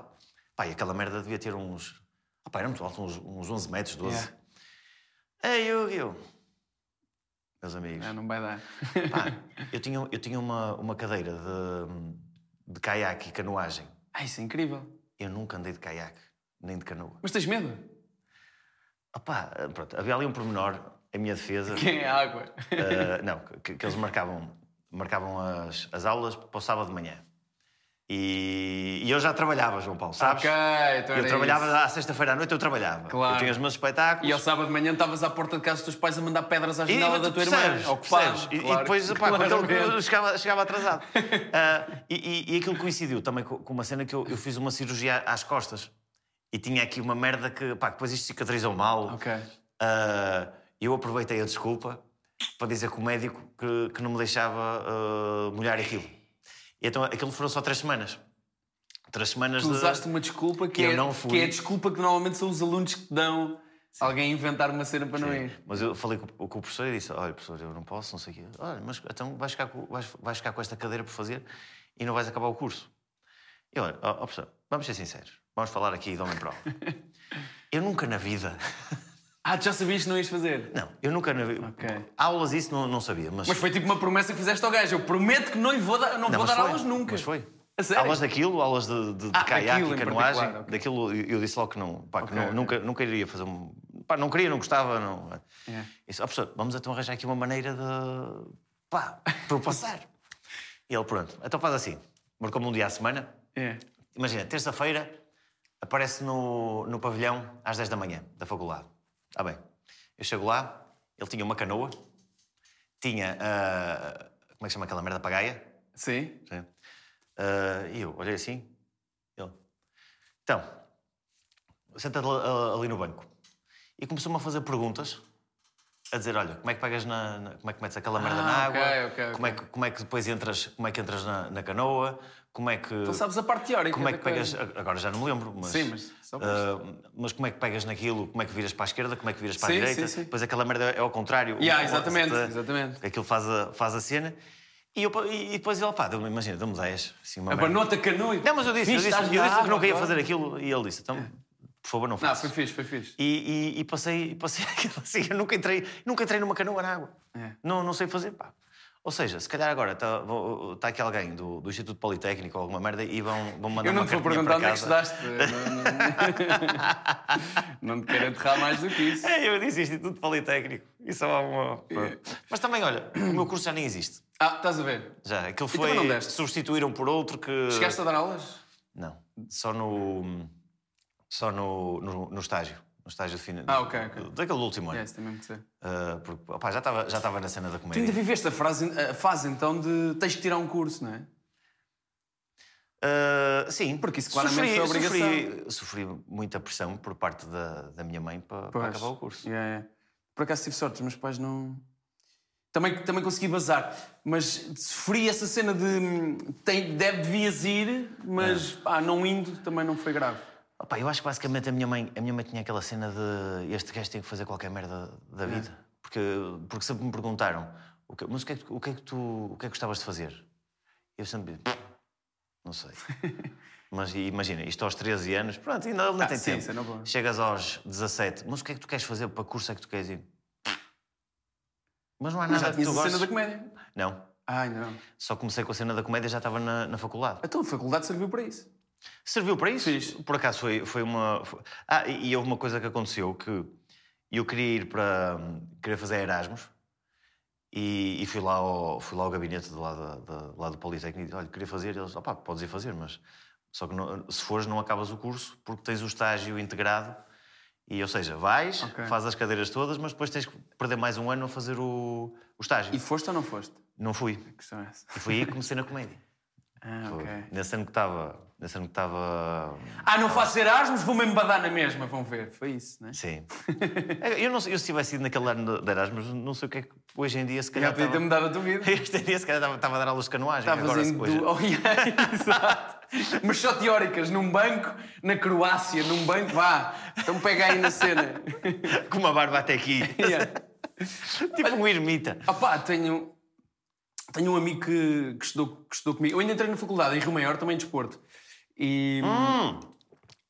Pá, e aquela merda devia ter uns. Ah, pá, era muito alto, uns, uns 11 metros, 12.
Yeah.
Ei, eu, eu. Meus amigos.
Ah, não vai dar.
Pá, eu tinha, eu tinha uma, uma cadeira de, de caiaque e canoagem.
Ah, isso é incrível.
Eu nunca andei de caiaque, nem de canoa.
Mas tens medo?
Opá, pronto, havia ali um pormenor, a minha defesa.
Quem é a água?
Uh, não, que, que eles marcavam, marcavam as, as aulas para o sábado de manhã. E, e eu já trabalhava, João Paulo, sabes?
Ok, então
eu
era
trabalhava
isso.
à sexta-feira à noite, eu trabalhava.
Claro.
Eu tinha os meus espetáculos.
E ao sábado de manhã estavas à porta de casa dos teus pais a mandar pedras à janela da tua
percebes,
irmã. Ocupado.
percebes? E- E,
claro.
depois pá, quando ele- eu
Claramente.
chegava, chegava atrasado. Ah, e, e- e aquilo coincidiu também com, com uma cena que eu, eu fiz uma cirurgia às costas e tinha aqui uma merda que, pá, que depois isto cicatrizou mal.
Ok.
Ah, eu aproveitei a desculpa para dizer que o médico que, que não me deixava ah, molhar aquilo. E então aquilo foram só três semanas. Três semanas
Tu
de-
usaste uma desculpa que,
Eu
é,
não fui.
que é a desculpa que normalmente são os alunos que te dão alguém inventar uma cena para não é? ir.
Mas eu falei com, o- com o professor e disse: Olha, professor, eu não posso, não sei o quê. Olha, mas então vais ficar, com, vais, vais ficar com esta cadeira por fazer e não vais acabar o curso. E olha, ó, ó, professor, vamos ser sinceros. Vamos falar aqui de homem prova. eu nunca na vida.
Ah, tu já sabias que não ias fazer?
Não, eu nunca na vida.
Ok.
Aulas, isso não, não sabia, mas.
Mas foi tipo uma promessa que fizeste ao gajo. Eu prometo que não lhe vou dar,
não,
não vou
mas
dar
foi,
aulas nunca.
Mas foi.
A sério?
Aulas daquilo, aulas de, de, de
Ah,
caiaque
daquilo
e
em
canoagem.
particular, ok.
Daquilo eu eu disse logo que não. Pá, que
Ok,
não-
ok.
Nunca, nunca iria fazer um. Pá, não queria, não gostava. Não.
É.
Disse, ó professor, vamos então arranjar aqui uma maneira de. pá, para eu passar. e ele, pronto, então faz assim. Marcou-me um dia à semana.
É.
Imagina, terça-feira, aparece no, no pavilhão às 10 da manhã, da faculdade. Ah, bem. Eu chego lá, ele tinha uma canoa, tinha. ah, como é que chama aquela merda? Pagaia?
Sim.
Sim. Ah, e eu olhei assim, ele. Então, senta-te ali- ali no banco. E começou-me a fazer perguntas, a dizer: olha, como é que pagas na. na- como é que metes aquela merda
Ah,
na água?
ok, ok,
Como, é que, como é que depois entras, como é que entras na, na canoa? Como é que.
Então sabes a parte teórica.
como é que
da coisa.
pegas. Agora já não me lembro, mas.
Sim, mas só para-
ah, mas como é que pegas naquilo? Como é que viras para a esquerda? Como é que viras para a
Sim,
direita?
sim, sim.
Depois aquela merda é ao contrário.
Yeah,
o- o-
exatamente,
a-
exatamente.
Aquilo faz a, faz a cena. E, eu, e depois ele, pá, deu-me- imagina, deu-me 10. Assim, uma
A
merda.
banota canoa.
Não, mas eu disse, eu
Viste,
disse,
estás
eu
na
disse que
água
nunca ia
agora.
fazer aquilo e ele disse, então, por favor, não
Não,
faça.
foi fixe, foi fixe.
E, e- e passei, e passei aquilo assim, eu nunca entrei, nunca entrei numa canoa na água.
É.
Não, não sei fazer, pá. Ou seja, se calhar agora está tá aqui alguém do, do Instituto Politécnico ou alguma merda e vão, vão mandar
Eu não
uma
te vou
cartinha
perguntar
para
onde é que
casa.
estudaste. Não- não- Não te quero enterrar mais do que isso.
É, eu disse Instituto Politécnico. Isso é uma... Mas também, olha, o meu curso já nem existe.
Ah, estás a ver?
Já, aquilo
também não
foi...
deste?
Substituíram por outro que...
Chegaste a dar aulas?
Não. Só no. Só no, no, no estágio. No estágio de fina-
Ah, ok, ok.
do- Daquele último
É,
ano.
isso tem mesmo que ser.
Ah, porque, opá, já estava já estava na cena da
Tu ainda
comédia.
viveste a frase- a fase então de tens de tirar um curso, não é?
Ah, sim.
Porque isso claramente foi obrigação.
Sofri, sofri muita pressão por parte da, da minha mãe para, para acabar o curso.
Yeah, yeah. Por acaso tive sorte, os meus pais não. Também, também consegui bazar, mas sofri essa cena de hum, tem, deve, devias ir, mas
É.
pá, não indo também não foi grave.
Opá, eu acho que basicamente a minha mãe, a minha mãe tinha aquela cena de este gajo tem que fazer qualquer merda
É.
da vida. Porque, porque sempre me perguntaram, "O que- mas o que, é que, tu- o que é que tu o que é que gostavas de fazer? Eu sempre disse, "Pff, não sei. mas e imagina, isto aos 13 anos, pronto, ainda ele não
Ah,
tem
sim,
tempo.
isso é na boa.
Chegas aos 17, mas o que é que tu queres fazer? Para que curso é que tu queres ir? Mas não há
Mas
nada
já
que
tinhas
tu
a cena
gostes.
da comédia.
Não,
Ai não.
só comecei com a cena da comédia, já estava na, na faculdade.
Então a faculdade serviu para isso.
Serviu para isso? Por acaso foi, foi uma. foi- Ah, e e houve uma coisa que aconteceu que eu queria ir para. queria fazer Erasmus e, e fui, lá ao, fui lá ao gabinete de lá, da- da- lá do Politécnico e disse: olha, queria fazer. Eles: opá, podes ir fazer, mas. Só que não- se fores, não acabas o curso porque tens o estágio integrado. E, ou seja, vais,
Ok.
fazes as cadeiras todas, mas depois tens que perder mais um ano a fazer o, o estágio.
E foste ou não foste?
Não fui.
A questão é essa.
E foi aí que comecei na comédia.
Ah,
Foi.
ok.
Nesse ano que estava. Nesse ano que estava.
Ah, não faço Erasmus, vou mesmo badar na mesma, vão ver. Foi isso, né?
Sim. É, eu, não, sei- eu se tivesse ido naquele ano de Erasmus, não sei o que é que hoje em dia se
Já
calhar.
podia ter
Estava,
mudado a tua vida.
este dia se calhar estava, estava a dar aulas de canoagem.
Estavas
Agora,
em
se- hoje-
du... oh, yeah, exato. Mas só teóricas, num banco, na Croácia, num banco, vá. Então pega aí na cena.
Com uma barba até aqui.
Yeah.
Tipo um ermita.
Ah pá, tenho, tenho um amigo que, que estudou, que estudou comigo. Eu ainda entrei na faculdade em Rio Maior, também em desporto. E
Hum.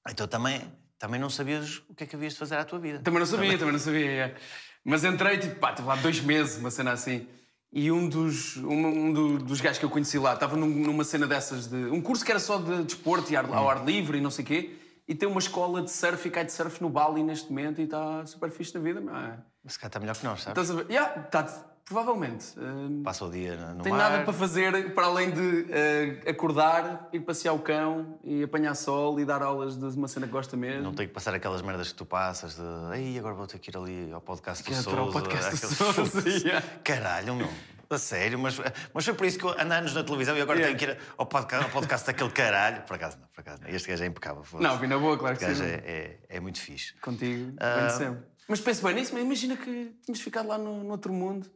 Então também, também não sabias o que é que havias de fazer à tua vida.
também não sabia, também não sabia. é. Mas entrei, tipo, pá, estive lá dois meses, uma cena assim. E um dos, um, um do- dos gajos que eu conheci lá estava num- numa cena dessas de. Um curso que era só de desporto e ar- ao ar livre e não sei o quê. E tem uma escola de surf e cai de surf no Bali neste momento e está super fixe na vida, meu. é.
Mas cá está melhor que nós, sabes?
Estás a ver? Yeah, tá, provavelmente. Hum,
Passa o dia no
Tenho
mar.
nada para fazer para além de eh, acordar, ir passear o cão e apanhar sol e dar aulas de uma cena que gosta mesmo.
Não tenho que passar aquelas merdas que tu passas de. Ei, agora vou ter que ir ali ao podcast do
Quero
Sousa.
entrar ao podcast do
aqueles-
Sousa, yeah.
Caralho, meu. A sério, mas, mas foi por isso que eu ando há anos na televisão e agora
Yeah.
tenho que ir ao podcast, ao podcast daquele caralho. Por acaso não, por acaso não. Este gajo é impecável. foda-se.
Não, vi na boa, claro que
Este gajo
sim.
é, é, é muito fixe.
Contigo, bem de sempre. Ah, Mas penso bem nisso, mas imagina que tínhamos ficado lá no, no outro mundo,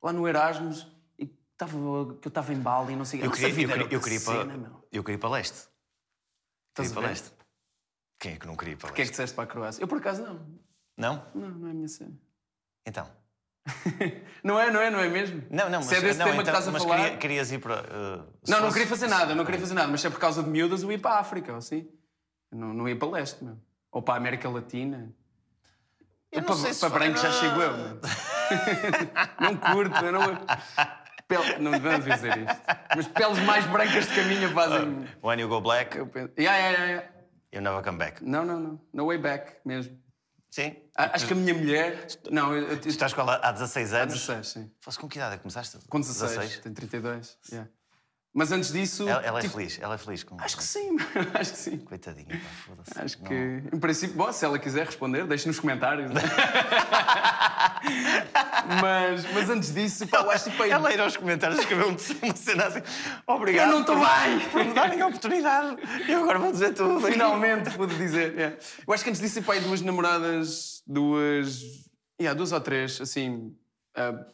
lá no Erasmus, e que tava- que eu estava em Bali e não sei o
Eu queria, eu
vida
queria,
era
eu
outra
queria
cena, meu.
para, eu queria para leste.
Estás
Queria
a
para
ver?
leste. Quem é que não queria para
O que é que
leste?
disseste para a Croácia? Eu, por acaso, não.
Não?
Não, não é a minha cena.
Então.
não é, não é, não é mesmo?
Não, não, mas,
Se é desse
não,
tema que
então,
estás a
mas
falar...
queria- querias ir para. eh, se
Não, não
fosse-
queria fazer nada, não queria fazer nada, mas se é por causa de miúdas eu ia para a África, ou assim. Eu Não, não ia para leste, meu. Ou para a América Latina.
Eu não
É para
sei se
para
vai-
branco já
não.
chego eu. meu. não curto, eu não. Pel- Não devemos dizer isto. Mas peles mais brancas de caminho fazem.
When you go black,
Eu penso. Yeah, yeah, yeah, yeah.
you never come back.
Não, não, não. No way back mesmo.
Sim.
A- Acho que a minha mulher. Não, eu, eu,
Tu estás com ela há 16
há
anos.
16, sim.
Fosse com que idade é que começaste?
Com 16, tenho 32. yeah. Mas antes disso.
Ela, ela é
tipo,
feliz, ela é feliz com.
Acho que sim, acho que sim.
Coitadinha, pá, foda-se.
Acho
Não.
que, em princípio, bom, se ela quiser responder, deixe nos comentários. né? mas, mas antes disso, pá, eu acho que foi.
Ela ir aos comentários escreveu um- uma cena assim. Obrigado.
Eu não estou
por-
bem!
Por me darem a oportunidade. Eu agora vou dizer tudo.
Finalmente pude dizer. é. Eu acho que antes disso, pá, aí duas namoradas, duas. Yeah, duas ou três, assim. ah,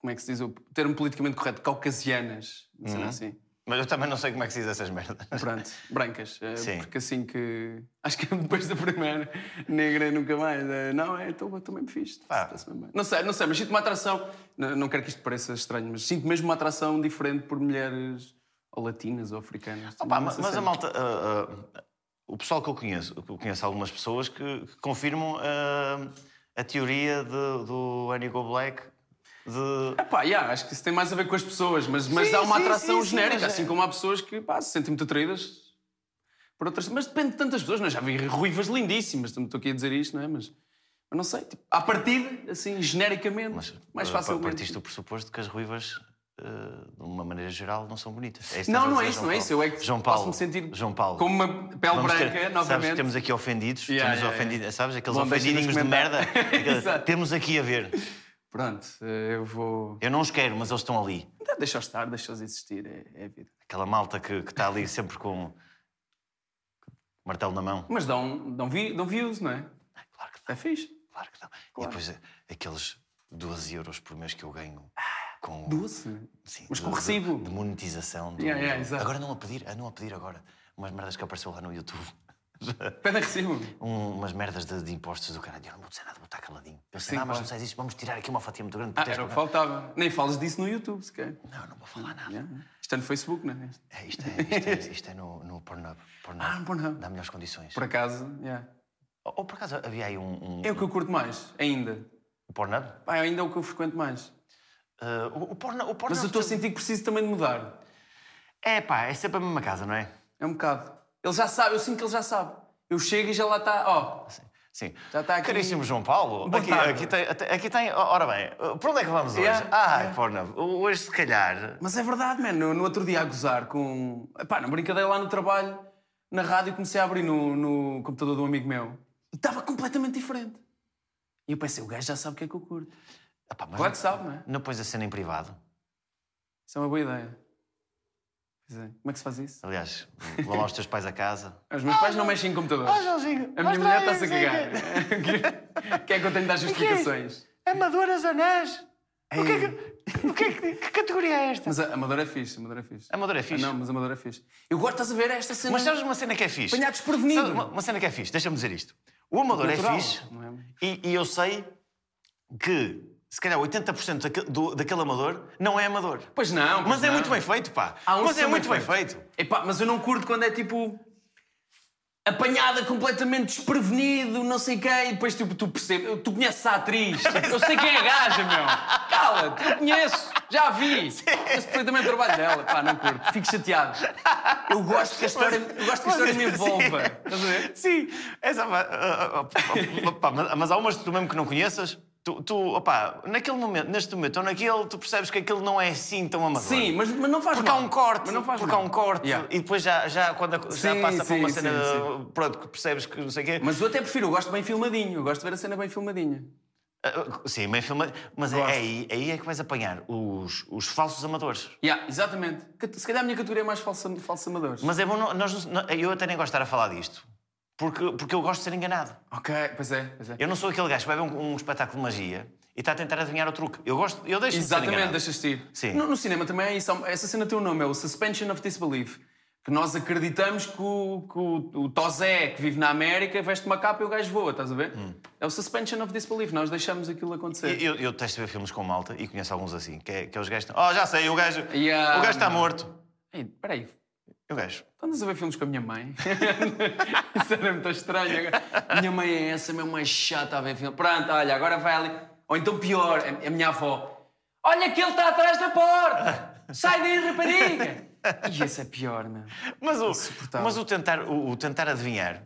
como é que se diz? O termo politicamente correto, caucasianas. Uma
Uhum.
cena assim.
Mas eu também não sei como é que se diz essas merdas.
Pronto, brancas. eh,
Sim.
Porque assim que. Acho que depois da primeira negra nunca mais. eh, Não, é, estou estou mesmo fixe.
Pá.
está-se bem. Não sei, não sei, mas sinto uma atração. Não, não quero que isto pareça estranho, mas sinto mesmo uma atração diferente por mulheres ou latinas ou africanas.
Pá,
Não
mas,
sei
mas
se
a
é.
malta. ah, ah, o pessoal que eu conheço, eu conheço algumas pessoas que, que confirmam ah, a teoria de- do Annie Go Black de.
Epá, É yeah, acho que isso tem mais a ver com as pessoas, mas, mas
Sim,
há uma
sim,
atração
sim, sim,
genérica,
mas é-
assim como há pessoas que pá, se sentem muito atraídas por outras. Mas depende de tantas pessoas, não é? Já vi ruivas lindíssimas, não estou aqui a dizer isto, não é? Mas, mas não sei, tipo, à partida, assim, genericamente,
Mas
mais
ah,
facilmente.
partiste do pressuposto que as ruivas, ah, de uma maneira geral, não são bonitas. É isso que
Não,
estás a
não é
dizer,
isso,
João
não é
Paulo.
isso. Eu é que
João
posso
Paulo.
me sentir
João Paulo.
como uma pele
Vamos ter-
branca, novamente.
Sabes, temos aqui ofendidos,
Yeah,
temos
yeah, yeah.
ofendidos, sabes? Aqueles
Bom, deixa
ofendidinhos
nos
de merda.
comentar.
Aqueles-
Exato.
temos aqui a ver.
Pronto, eh, eu vou.
Eu não os quero, mas eles estão ali.
Deixa-os estar, deixa-os existir, é, é a vida.
Aquela malta que que está ali sempre com um martelo na mão.
Mas dão, dão, vi, dão views, não é?
Claro que
É fixe.
não, claro que não. E depois eh, aqueles 12 euros por mês que eu ganho
Ah,
com,
Doce.
sim,
mas
de-
com
de-
recibo.
De, monetização. do-
Yeah, yeah, exato.
agora não a pedir, a não a pedir agora. Umas merdas que apareceu lá no YouTube.
Pedem recibo.
Um- umas merdas de, de impostos do caralho. Eu não vou dizer nada, vou estar caladinho. Eu sei,
Sim,
ah, mas
claro.
não sais isso, vamos tirar aqui uma fatia muito grande.
Ah,
porque
era o
tens-
que faltava. Nem falas disso no YouTube, se quer.
Não, não vou falar nada.
Yeah. Isto é no Facebook, não é?
É, isto, é, isto, é, isto é no, no Pornhub. Pornhub.
Ah, no Pornhub.
Dá melhores condições.
Por acaso, yeah.
Ou, ou por acaso havia aí um, um
é o que eu curto mais, ainda.
o Pornhub?
Pá, ainda é o que eu frequento mais.
Eh, o, o Pornhub? O Pornhub
Mas eu estou a sentir que preciso também de mudar.
É pá, é sempre a mesma casa, não é?
É um bocado. Ele já sabe, eu sinto que ele já sabe. Eu chego e já lá está, ó.
Sim.
Já está aqui.
Caríssimo João Paulo,
Boa
aqui,
tarde.
aqui, tem, até- aqui tem. Ora bem, eh, por onde é que vamos
Yeah,
hoje? Ah, Pornhub. Hoje, se calhar.
Mas é verdade, mano. No, no outro dia a gozar com. Pá, na brincadeira lá no trabalho, na rádio, comecei a abrir no, no computador de um amigo meu. E estava completamente diferente. E eu pensei, o gajo já sabe o que é que eu curto.
Epá, mas
Claro que sabe, não é?
Não pões a cena em privado.
Isso é uma boa ideia. Pois é. Como é que se faz isso?
Aliás, vão lá os teus pais a casa. Ah,
Os meus pais não mexem em computadores.
Joãozinho!
a minha mulher está-se a cagar. O que é que eu tenho de dar justificações?
Amadoras Anãs! O que é que, o que, é que, que categoria é esta?
Mas a Amador é fixe, Amador é fixe.
Amador é fixe.
Ah, não, mas Amador é fixe. Eu gosto, estás a ver esta cena.
Mas sabes uma cena que é fixe?
Apanhar desprevenido.
Sabes Uma, uma cena que é fixe, deixa-me dizer isto. O amador é
Natural,
fixe
não é?
e, e eu sei que se calhar 80% daquele, do, daquele amador não é amador.
Pois não, pois
Mas é
não.
muito bem feito, pá.
Há um uns
Mas
que
é
são
muito bem feito.
Epá, mas eu não curto quando é tipo. Apanhada completamente desprevenido, não sei quem, e depois tipo, tu percebes, tu conheces a atriz, tipo, eu sei quem é a gaja, meu. Cala-te, eu conheço, já a vi. Esse perfeitamente o trabalho dela, pá, não curto, fico chateado. Eu gosto que a história, eu gosto que a história me
Mas-
envolva. Estás a ver?
Sim, essa, ah, ah, ah, opá, mas- mas há umas que tu mesmo que não conheças, tu, tu opá, naquele momento, neste momento ou naquele, tu percebes que aquilo não é assim tão amador.
Sim, mas, mas não faz
Porque há
mal.
um corte,
Mas não faz
porque
mal.
há um corte,
Yeah.
e depois já, já, quando a- já
Sim,
passa para uma
sim,
cena,
sim,
pronto, que percebes que não sei o quê.
Mas eu até prefiro, eu gosto bem filmadinho, eu gosto de ver a cena bem filmadinha.
Ah, ah, sim, bem filmado, mas é,
Gosto.
é aí, aí é que vais apanhar os, os falsos amadores.
Yeah, exatamente. Cat- Se calhar a minha categoria é mais falsa, falsa amadores.
Mas é bom, não- nós, não- eu até nem gosto de estar a falar disto, porque, porque eu gosto de ser enganado.
Ok, pois é, pois é.
Eu não sou aquele gajo que vai ver um, um espetáculo de magia e está a tentar adivinhar o truque. Eu gosto, eu deixo de ser
Exatamente,
enganado.
deixas-te ir.
Sim.
No, no cinema também é isso. há- Essa cena tem um nome, é o Suspension of Disbelief. Que nós acreditamos que o, que o, o Tozé, que vive na América, veste uma capa e o gajo voa, estás a ver? É o Suspension of Disbelief. Nós deixamos aquilo acontecer.
Eu, eu detesto ver filmes com malta e conheço alguns assim, que é, que é os gajos. que- Oh, já sei, o gajo.
Yeah,
o gajo está
não.
morto.
Ei, peraí,
E O gajo.
tu andas a ver filmes com a minha mãe? isso era muito estranho. agora. Minha mãe é essa, mesmo mais chata a ver filme. Pronto, olha, agora vai ali. Ou então pior, a- a minha avó. Olha que ele está atrás da porta! Sai daí, rapariga! E esse é pior, meu.
Mas o,
Insuportável.
mas o, tentar, o, o tentar adivinhar.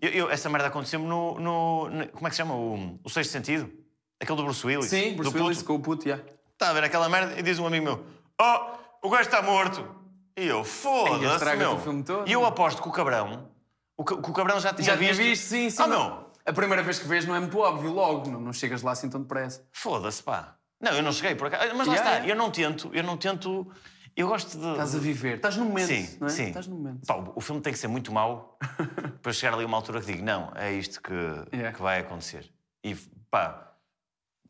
Eu, eu- essa merda aconteceu-me no, no, no- Como é que se chama? O, o Sexto Sentido? Aquele do Bruce Willis.
Sim, Bruce
do
Willis
puto.
com o puto, já.
Está a ver aquela merda e diz um amigo meu: Oh, o gajo está morto. E eu,
Ei,
foda-se,
estraga-te
meu.
o filme todo. né?
E eu aposto que o cabrão. O, ca- que o cabrão já tinha
Já tinha
visto.
visto, sim, sim.
Ah, não.
A primeira vez que vês não é muito óbvio logo, não, não chegas lá assim tão depressa.
Foda-se, pá. Não, eu não cheguei por acaso. Mas lá
Yeah,
está,
yeah.
eu não tento, eu não tento. Eu gosto de.
Estás a viver, estás no momento,
Sim,
não é?
sim.
Estás no momento.
Pá, o- o filme tem que ser muito mau para chegar ali a uma altura que digo, não, é isto que,
Yeah.
que vai acontecer. E pá,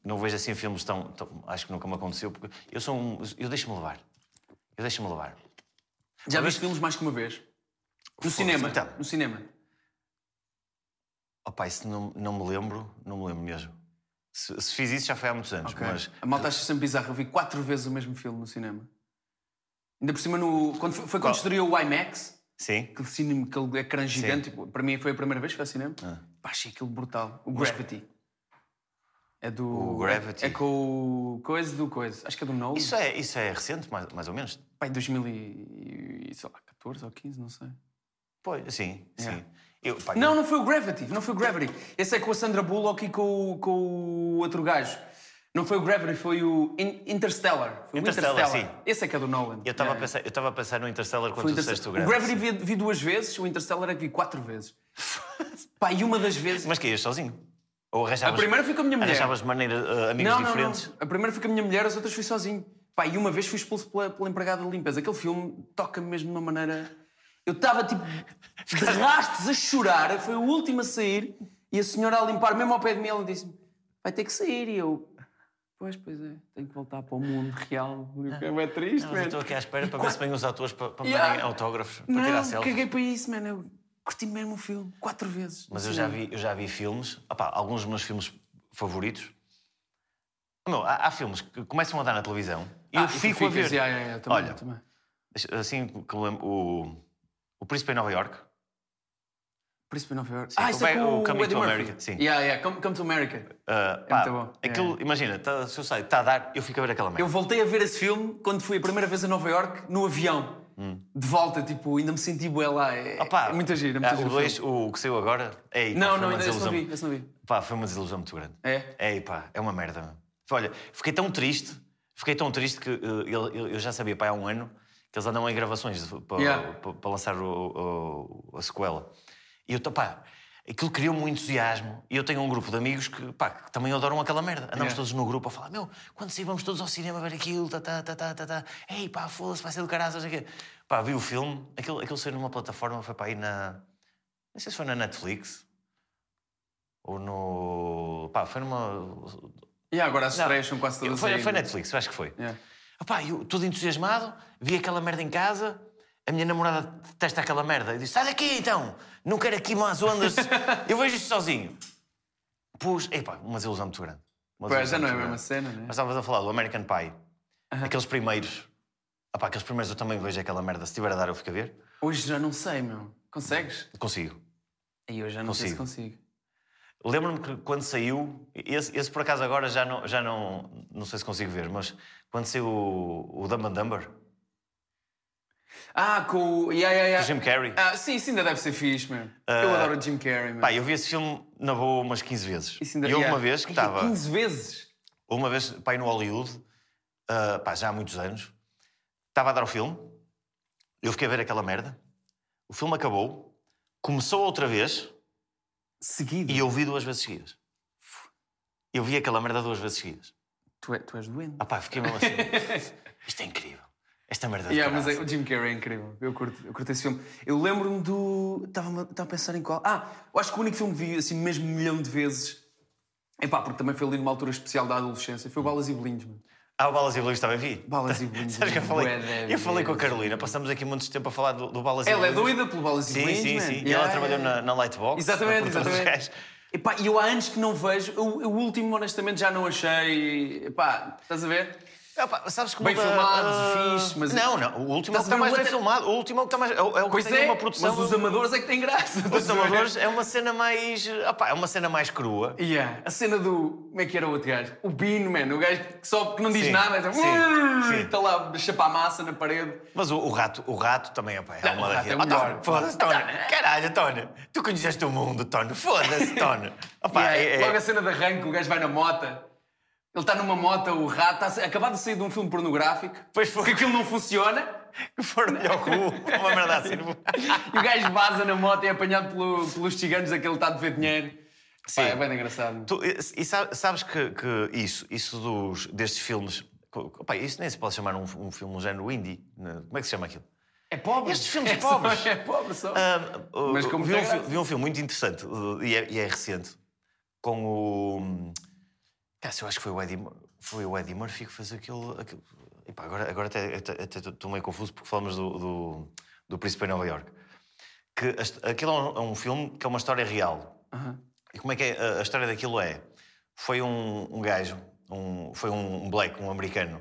não vejo assim filmes tão. tão- acho que nunca me aconteceu, porque eu sou um. Eu deixo-me levar. Eu deixo-me levar.
Já
Uma
viste filmes mais que uma vez? No
Foda-se,
cinema,
então.
no cinema.
Opá, isso não, não me lembro, não me lembro mesmo. Se, se fiz isso já foi há muitos anos, mas.
A malta acha sempre bizarro. Eu vi quatro vezes o mesmo filme no cinema. Ainda por cima, no, quando foi, foi quando
Qual?
estreou o IMAX,
Sim.
aquele, cinema, aquele ecrã gigante. tipo, para mim foi a primeira vez que foi ao cinema.
Ah.
Pá, achei aquilo brutal. O Gravity. É do.
O Gravity.
É, com o. Coisa do Coisa. Acho que é do Nolan.
Isso é, isso é recente, mais, mais ou menos.
Pá, em 2014 ou 15, não sei.
Pois, sim,
Yeah.
sim. Eu, pá,
Não, não foi o Gravity, não foi o Gravity. Esse é com a Sandra Bullock e com, o- com o outro gajo. Não foi o Gravity, foi o In- Interstellar. Foi o
Interstellar, sim.
Esse é que é do Nolan.
Eu estava
Yeah,
a, pensar- eu estava a pensar no Interstellar quando
Foi
tu
o Interstellar.
disseste o
O
grande.
Gravity vi, vi duas vezes, o Interstellar é que vi quatro vezes. Pá, e uma das vezes.
Mas que ias sozinho? Ou arranjavas,
A primeira fui com a minha mulher.
arranjavas maneira, uh, amigos
não, não, não.
diferentes?
A primeira foi com a minha mulher, as outras fui sozinho. Pá, e uma vez fui expulso pela, pela empregada de limpeza. Aquele filme toca-me mesmo de uma maneira. Eu estava tipo de rastos a chorar, foi o último a sair e a senhora a limpar, mesmo ao pé de mim, ela disse-me: vai ter que sair. E eu. Pois, pois é, tenho que voltar para o mundo real. É
Mas
triste,
eu
mano.
estou aqui à espera para ver se vêm os atores para, para me
Yeah.
darem autógrafos, para tirar
Não,
selfies.
caguei para isso, mano. Eu curti mesmo o filme, quatro vezes.
Mas eu já vi, eu já vi filmes, opá, alguns dos meus filmes favoritos. Meu, há, há filmes que começam a dar na televisão e
Ah,
eu fico a ver. Olha, assim que me lembro, o, o Príncipe em Nova Yorque.
Príncipe de Nova York.
o
isso é
Be-
com
o Coming
Eddie
to
Murphy.
America, sim.
Yeah, yeah, Come, Come to America.
ah, pá,
É muito bom.
aquilo,
Yeah.
imagina, tá- se eu saio, está a dar, eu fico a ver aquela merda.
Eu voltei a ver esse filme quando fui a primeira vez a Nova York no avião. De volta, tipo, ainda me senti bué lá. É,
Opá,
é muita gira, é muita
ah, o,
gira. o filme.
dois, o que saiu agora, é
Não, não, ainda esse não vi, esse não vi.
Pá, foi uma desilusão muito grande.
É?
É, pá, é uma merda. meu. Olha, fiquei tão triste, fiquei tão triste que eh, eu, eu- eu já sabia, pá, há um ano, que eles andam em gravações de- para
Yeah.
para- para lançar o- o- a sequela. E eu, tô- pá, aquilo criou-me um entusiasmo. E eu tenho um grupo de amigos que, pá, que também adoram aquela merda. Andamos
Yeah.
todos no grupo a falar, meu, quando sair vamos todos ao cinema ver aquilo, tá, tá, tá, tá, tá, tá. Ei, pá, foda-se, vai ser do caralho, não sei o quê. Pá, vi o filme, aquilo, aquilo saiu numa plataforma, foi para aí na... Não sei se foi na Netflix ou no. Pá, foi numa.
E agora as
Não,
estreias são quase todas
Foi,
aí,
foi
não é?
Netflix, eu acho que foi.
Yeah.
Ah pá, eu todo entusiasmado, vi aquela merda em casa, a minha namorada detesta aquela merda. E disse: sai daqui então, não quero aqui mais ondas, eu vejo isto sozinho. Pus, epá, uma desilusão muito grande. umas
Pois, já não é a
outras,
mesma cena, né?
Mas estavas a falar do American Pie. Aqueles primeiros. Opá, aqueles primeiros eu também vejo aquela merda. Se tiver a dar, eu fico a ver.
Hoje já não sei, meu. Consegues?
Consigo.
Aí eu já não sei se consigo.
Lembro-me que quando saiu, esse, esse por acaso agora já não, já não, não sei se consigo ver, mas quando saiu o, o Dumb and Dumber,
Ah, com o. Yeah, yeah,
do
yeah.
Jim Carrey, Ah,
Ah, sim, isso ainda deve ser fixe, meu. eu adoro o Jim Carrey, meu.
pá, eu vi esse filme na boa umas 15 vezes.
Isso ainda-
E houve
yeah.
uma vez que
Ai,
estava,
15 vezes.
uma vez, pá, aí no Hollywood, ah, pá, já há muitos anos, estava a dar o filme, eu fiquei a ver aquela merda, o filme acabou, começou outra vez
Seguido.
e eu vi duas vezes seguidas. Eu vi aquela merda duas vezes seguidas.
Tu, é- tu és doente.
Ah pá, fiquei mesmo assim, isto é incrível. Esta merda de
Yeah, mas
caraças.
é- o Jim Carrey é incrível. Eu curto, eu curto esse filme. Eu lembro-me do. Estava a pensar em qual. Ah, eu acho que o único filme que vi assim mesmo um milhão de vezes. Epá, porque também foi ali numa altura especial da adolescência. Foi o Balas e Bolinhos, mano.
Ah, o Balas e Bolinhos também vi.
Balas e Bolinhos.
Sabes que eu falei,
bué da
eu falei com a
vezes.
Carolina, passamos aqui muito tempo a falar do, do Balas e
Ela é
Bolinhos.
doida pelo Balas e
Sim,
Bolinhos,
sim,
man.
sim. E
Yeah,
ela trabalhou
yeah.
na, na Lightbox.
Exatamente,
na produtora dos
exatamente.
gajos.
Epá, e eu há anos que não vejo. Eu, eu o último, honestamente, já não achei. Epá, estás a ver?
Ah, pá, sabes como
Bem
da-
filmado,
ah,
fixe, mas- Então
Não, não, o último é o que
Estás a
está
ver
mais
o
bem
outro-
filmado. O último é o que está mais. É o é o que
Pois
tem
é,
uma produção.
mas os né? amadores é que têm graça.
os amadores é uma cena mais. Ah, pá, é uma cena mais crua.
Yeah. A cena do. Como é que era o outro gajo? O Bino, mano. O gajo que, só, que não diz
Sim,
nada. Está
sim, sim.
tá lá a chapar massa na parede.
Mas o, o rato, o rato também é, pá, é uma
o rato é
daquelas.
melhor. né?
Tony, foda-se, Tony. Caralho, Tony. Tu conheceste o mundo, Tony. Foda-se, Tony. Ah, pá,
Yeah.
é- é-
Logo a cena de arranque, o gajo vai na mota. Ele está numa mota, o rato. Está a sa- acabado de sair de um filme pornográfico.
Pois
Que
foi.
aquilo não funciona.
Foram-lhe ao cu. Uma merda assim.
E o gajo vaza na moto e é apanhado pelo- pelos gigantes daquele que está a dever dinheiro. Pá,
Sim.
é bem engraçado.
Tu, e e sa- sabes que, que isso, isso dos, destes filmes. co- co- Pá, isso nem se pode chamar um, um filme um género indie. né? Como é que se chama aquilo?
É pobre.
Estes filmes
É só-
pobres.
É pobre só.
Ah, uh,
Mas como
vi,
tem
um, fi-
graça.
vi um filme muito interessante uh, e é, e é recente com o. Cara, eu acho que foi o Eddie, Mur- foi o Eddie Murphy que fez aquele. aquele- Epá, agora agora até até- até estou meio confuso porque falamos do, do, do Príncipe em Nova York. Que a hist- aquilo é um, é um filme que é uma história real.
Aham.
E como é que é? A- A história daquilo é: foi um, um gajo, um- foi um, um black, um americano,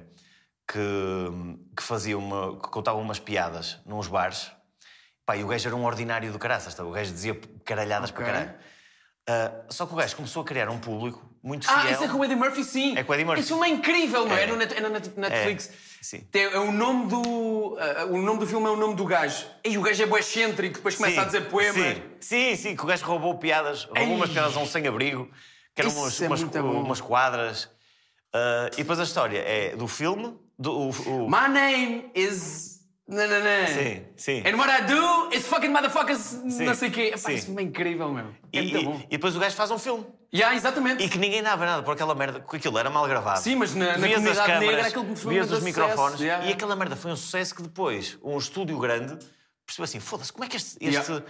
que, que fazia uma. que contava umas piadas nos bares. Pá, e o gajo era um ordinário do caraças, tá? o gajo dizia caralhadas
Ok.
para caralho. Ah, só que o gajo começou a criar um público muito fiel.
Ah, esse é com o Eddie Murphy, sim.
É com o Eddie Murphy.
Esse filme é incrível, não é?
É.
É no Net- é no Net- Netflix.
Sim.
Tem- É o nome do. ah, o nome do filme é o nome do gajo. E o gajo é bué excêntrico, depois começa
Sim,
a dizer poemas.
Sim, sim, sim, que o gajo roubou piadas, roubou
Ei.
umas piadas a um sem-abrigo, que eram
Isso
umas,
é
umas,
muito bom.
umas quadras. Ah, e depois a história é do filme, do. o- o-
My name is. Nananã.
Sim, sim.
And what I do is fucking motherfuckers. Não sei o quê. Epá,
sim.
esse filme é incrível, meu. É
E,
muito
e-
bom.
e depois o gajo faz um filme.
Yeah, exatamente.
E que ninguém dava nada por aquela merda, porque aquilo era mal gravado.
Sim, mas na- na
Vias as
comunidade
câmaras,
negra aquilo que foi um
Vias
grande
os
sucesso,
microfones.
yeah.
E aquela merda foi um sucesso que depois um estúdio grande percebeu assim: foda-se, como é que este, este,
Yeah.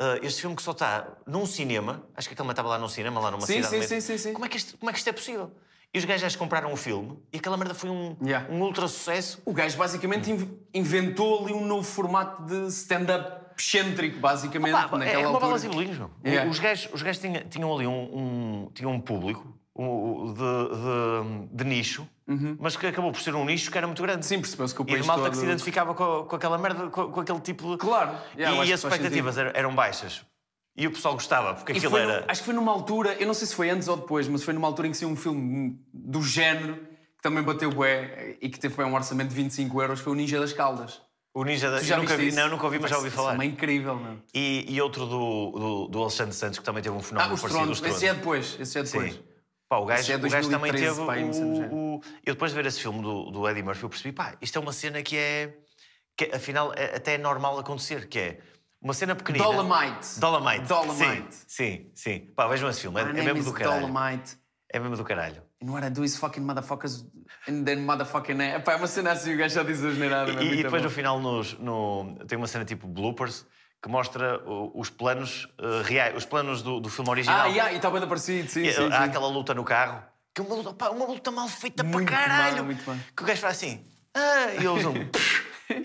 ah, este filme que só está num cinema, acho que aquele estava lá num cinema, lá numa
Sim,
cidade.
sim,
mesmo.
sim, sim, sim.
Como, é que este, como é que isto é possível? E os gajos compraram um filme e aquela merda foi um,
Yeah.
um ultra sucesso.
O gajo basicamente inv- inventou ali um novo formato de stand-up excêntrico, basicamente,
Pá, é-
naquela
é uma
altura. É.
balas e bolinhos, meu.
Yeah.
Os gajos, os gajos tinha- tinham, ali um, um- tinham um público um- de, de- de nicho, mas que acabou por ser um nicho que era muito grande.
Uhum. Sim, percebeu-se que o
E
país
a malta
todo...
que se identificava com, com aquela merda, com, com aquele tipo de...
Claro. Yeah, eu
e
acho
e
que
as
faz
expectativas eram, eram baixas. E o pessoal gostava, porque
E
aquilo
foi num-
era...
acho que foi numa altura, eu não sei se foi antes ou depois, mas foi numa altura em que saiu um filme do género que também bateu bué e que teve bem um orçamento de 25 euros, foi o Ninja das Caldas.
O Ninja da...
Tu já
eu nunca
viste
vi,
isso?
não, nunca ouvi, mas já ouvi
Esse
falar.
filme É incrível, não
E, e outro do, do, do Alexandre Santos, que também teve um
Ah,
fenómeno
os
parecido,
Tronos, esse é depois, esse é depois.
Sim. Pá, o gajo,
Isso é
o gajo também
2013,
teve.
pá, é aí, não sei, não sei.
o, o- eu depois de ver esse filme do, do Eddie Murphy, eu percebi, pá, isto é uma cena que é. que afinal é- até é normal acontecer, que é uma cena pequenina.
Dolomite.
Dolomite.
Dolomite. Ah,
Sim, sim, sim. Pá, vejam esse filme, é,
My
é
name
mesmo
is
do caralho.
Dolomite.
É mesmo do caralho.
And what I do is fucking motherfuckers and then motherfucking... Epá, é uma cena assim, o gajo já diz as neiradas.
E, e depois no final nos- no- tem uma cena tipo bloopers que mostra o- os planos eh, reais, os planos do, do filme original.
Ah, yeah, e está bem parecido, sim,
E,
sim,
há
sim.
aquela luta no carro, que é uma luta, pá, uma luta mal feita
Muito
para caralho.
má, muito má.
Que o gajo faz assim, ah, e eles um,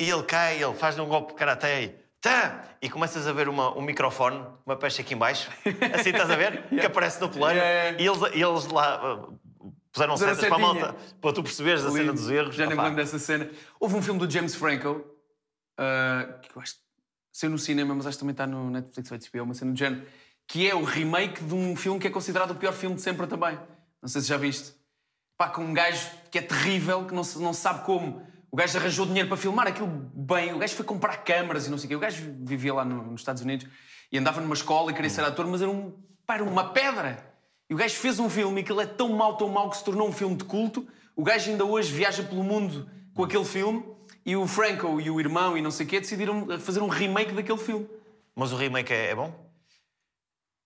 e ele cai, ele faz um golpe de karaté e tá, e começas a ver uma- um microfone, uma pecha aqui em baixo, assim estás a ver, que aparece no plano,
Yeah, yeah.
e eles, e eles lá, ah, Puseram
Puseram
setas para a
setinha.
malta, para tu perceberes a cena
Lindo.
dos erros.
Já nem me
Opá,
lembro dessa cena. Houve um filme do James Franco, ah, que eu acho que saiu no cinema, mas acho que também está no Netflix ou HBO, uma cena do género, que é o remake de um filme que é considerado o pior filme de sempre também. Não sei se já viste. Pá, com um gajo que é terrível, que não se, não se sabe como. O gajo arranjou dinheiro para filmar aquilo bem. O gajo foi comprar câmaras e não sei o quê. O gajo vivia lá no- nos Estados Unidos e andava numa escola e queria ser ator, mas era, um, pá, era uma pedra. E o gajo fez um filme e aquilo é tão mau, tão mau que se tornou um filme de culto. O gajo ainda hoje viaja pelo mundo com aquele filme e o Franco e o irmão e não sei o quê decidiram fazer um remake daquele filme.
Mas o remake é, é bom?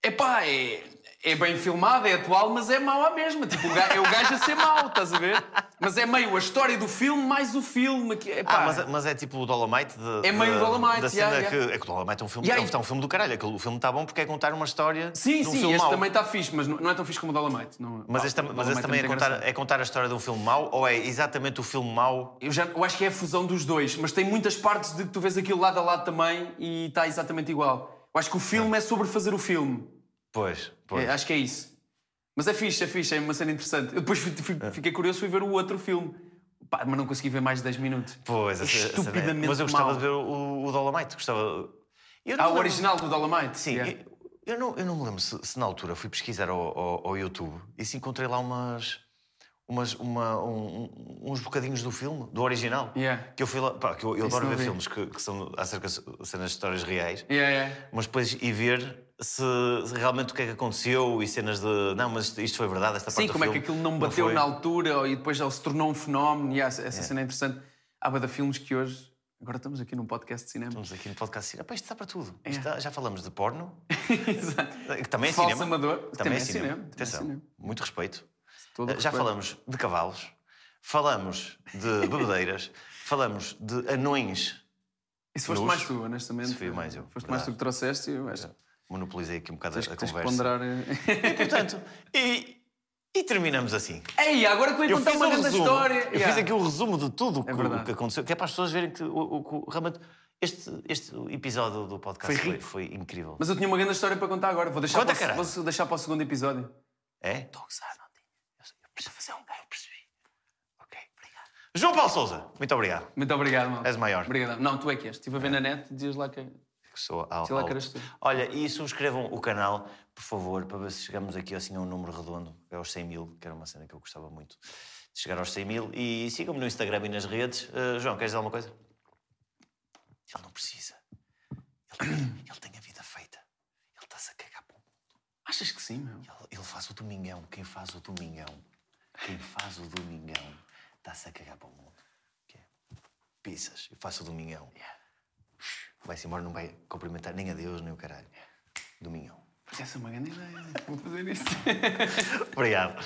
Epá, é, é bem filmado, é atual, mas é mau à mesma. Tipo, o gajo, é o gajo a ser mau, estás a ver? Mas é meio a história do filme mais o filme. Que, epá,
Ah, mas, mas é tipo o Dolomite de,
É meio
de-
Dolomite,
da cena
yeah, yeah.
que. É que o Dolomite é um filme,
Yeah,
é um-
e-
é um filme do caralho. Aquele- O filme está bom porque é contar uma história.
Sim,
de um
sim,
filme
este
mau.
também está fixe, mas não, não é tão fixe como o Dolomite. Não,
Mas
pá,
este, tam-
o
mas
Dolomite
este também é
muito
contar,
engraçado.
é contar a história de um filme mau ou é exatamente o filme mau?
Eu, já, eu acho que é a fusão dos dois, mas tem muitas partes de que tu vês aquilo lado a lado também e está exatamente igual. Eu acho que o filme é sobre fazer o filme.
Pois,
É,
pois.
acho que é isso. Mas é fixe, é fixe, é uma cena interessante. Eu depois fui- fui-
É.
fiquei curioso, fui ver o outro filme. Pá, mas não consegui ver mais de 10 minutos.
Pois, essa- essa-
Estupidamente
Mas eu gostava
mau.
de ver o, o Dolomite. Gostava. Eu não
Ah, o
lembro-
original do Dolomite?
Sim,
Yeah.
eu, eu não, eu não me lembro se, se na altura fui pesquisar ao, ao- ao YouTube e se encontrei lá umas. umas uma- um- um- uns bocadinhos do filme, do original.
Yeah.
Que eu fui lá. pá, que eu, eu
Isso
adoro
não
ver
vi.
filmes que, que são acerca de cenas de histórias reais.
Yeah, yeah.
mas depois e ver se se realmente o que é que aconteceu e cenas de não, mas isto, isto foi verdade, esta parte
Sim,
do
como é que
filme
aquilo não
não
bateu
foi.
na altura ou- e depois ele se tornou um fenómeno. Yeah, essa essa cena é interessante. Há bada filmes que hoje. Agora estamos aqui num podcast de cinema.
Estamos aqui no podcast de cinema. Pá, isto está para tudo. Isto
É.
está- já falamos de porno,
Exato.
que também é
Falso
cinema.
amador,
Também,
também
é
é
cinema.
cinema, também é
Atenção,
cinema.
muito respeito. Eh,
Todo
Já
respeito.
falamos de cavalos, falamos de bebedeiras, falamos de anões.
E se foste
Nus.
mais tu, honestamente.
Se fui mais eu,
Foste
verdade.
mais tu que trouxeste, eu acho.
Monopolizei aqui um bocado a,
Tens
a
que tens que
conversa.
ponderar. eh.
E, portanto, e, e terminamos assim.
Ei, agora que eu ia contar uma
um
grande
resumo.
Então história.
Eu
Yeah.
fiz aqui um- o resumo de tudo o que, o
verdade.
que aconteceu, que é para as pessoas verem que o, o- que o- realmente este, este episódio do podcast
Foi
foi,
rico.
foi incrível.
Mas eu tinha uma grande história para contar agora. Vou deixar,
Conta,
para,
caralho.
o, vou deixar para o segundo episódio.
É?
Estou a gozar, não tinha. Eu sei, eu preciso fazer um gajo, percebi.
Ok. Obrigado. João Paulo Souza, muito obrigado.
Muito obrigado, mano.
És um maior.
Obrigado. Não, tu é que és. Estive a ver na net, dizias lá que.
Sou ao,
Sei lá
alto.
que eras tu.
Olha, e subscrevam o canal, por favor, para ver se chegamos aqui assim a um número redondo, que é aos 100 mil, que era uma cena que eu gostava muito de chegar aos 100 mil. E sigam-me no Instagram e nas redes. Eh, João, queres dizer alguma coisa? Ele não precisa. Ele, ele tem a vida feita. Ele está-se a cagar para o
Achas que sim, meu?
Ele, ele faz o domingão. Quem faz o domingão? Quem faz o domingão está-se a cagar para o mundo. Que é, Pisas, eu faço o domingão. Vai-se embora, não vai cumprimentar nem a Deus, nem o caralho. Domingão.
Essa é uma grande ideia. Vou fazer isso.
Obrigado.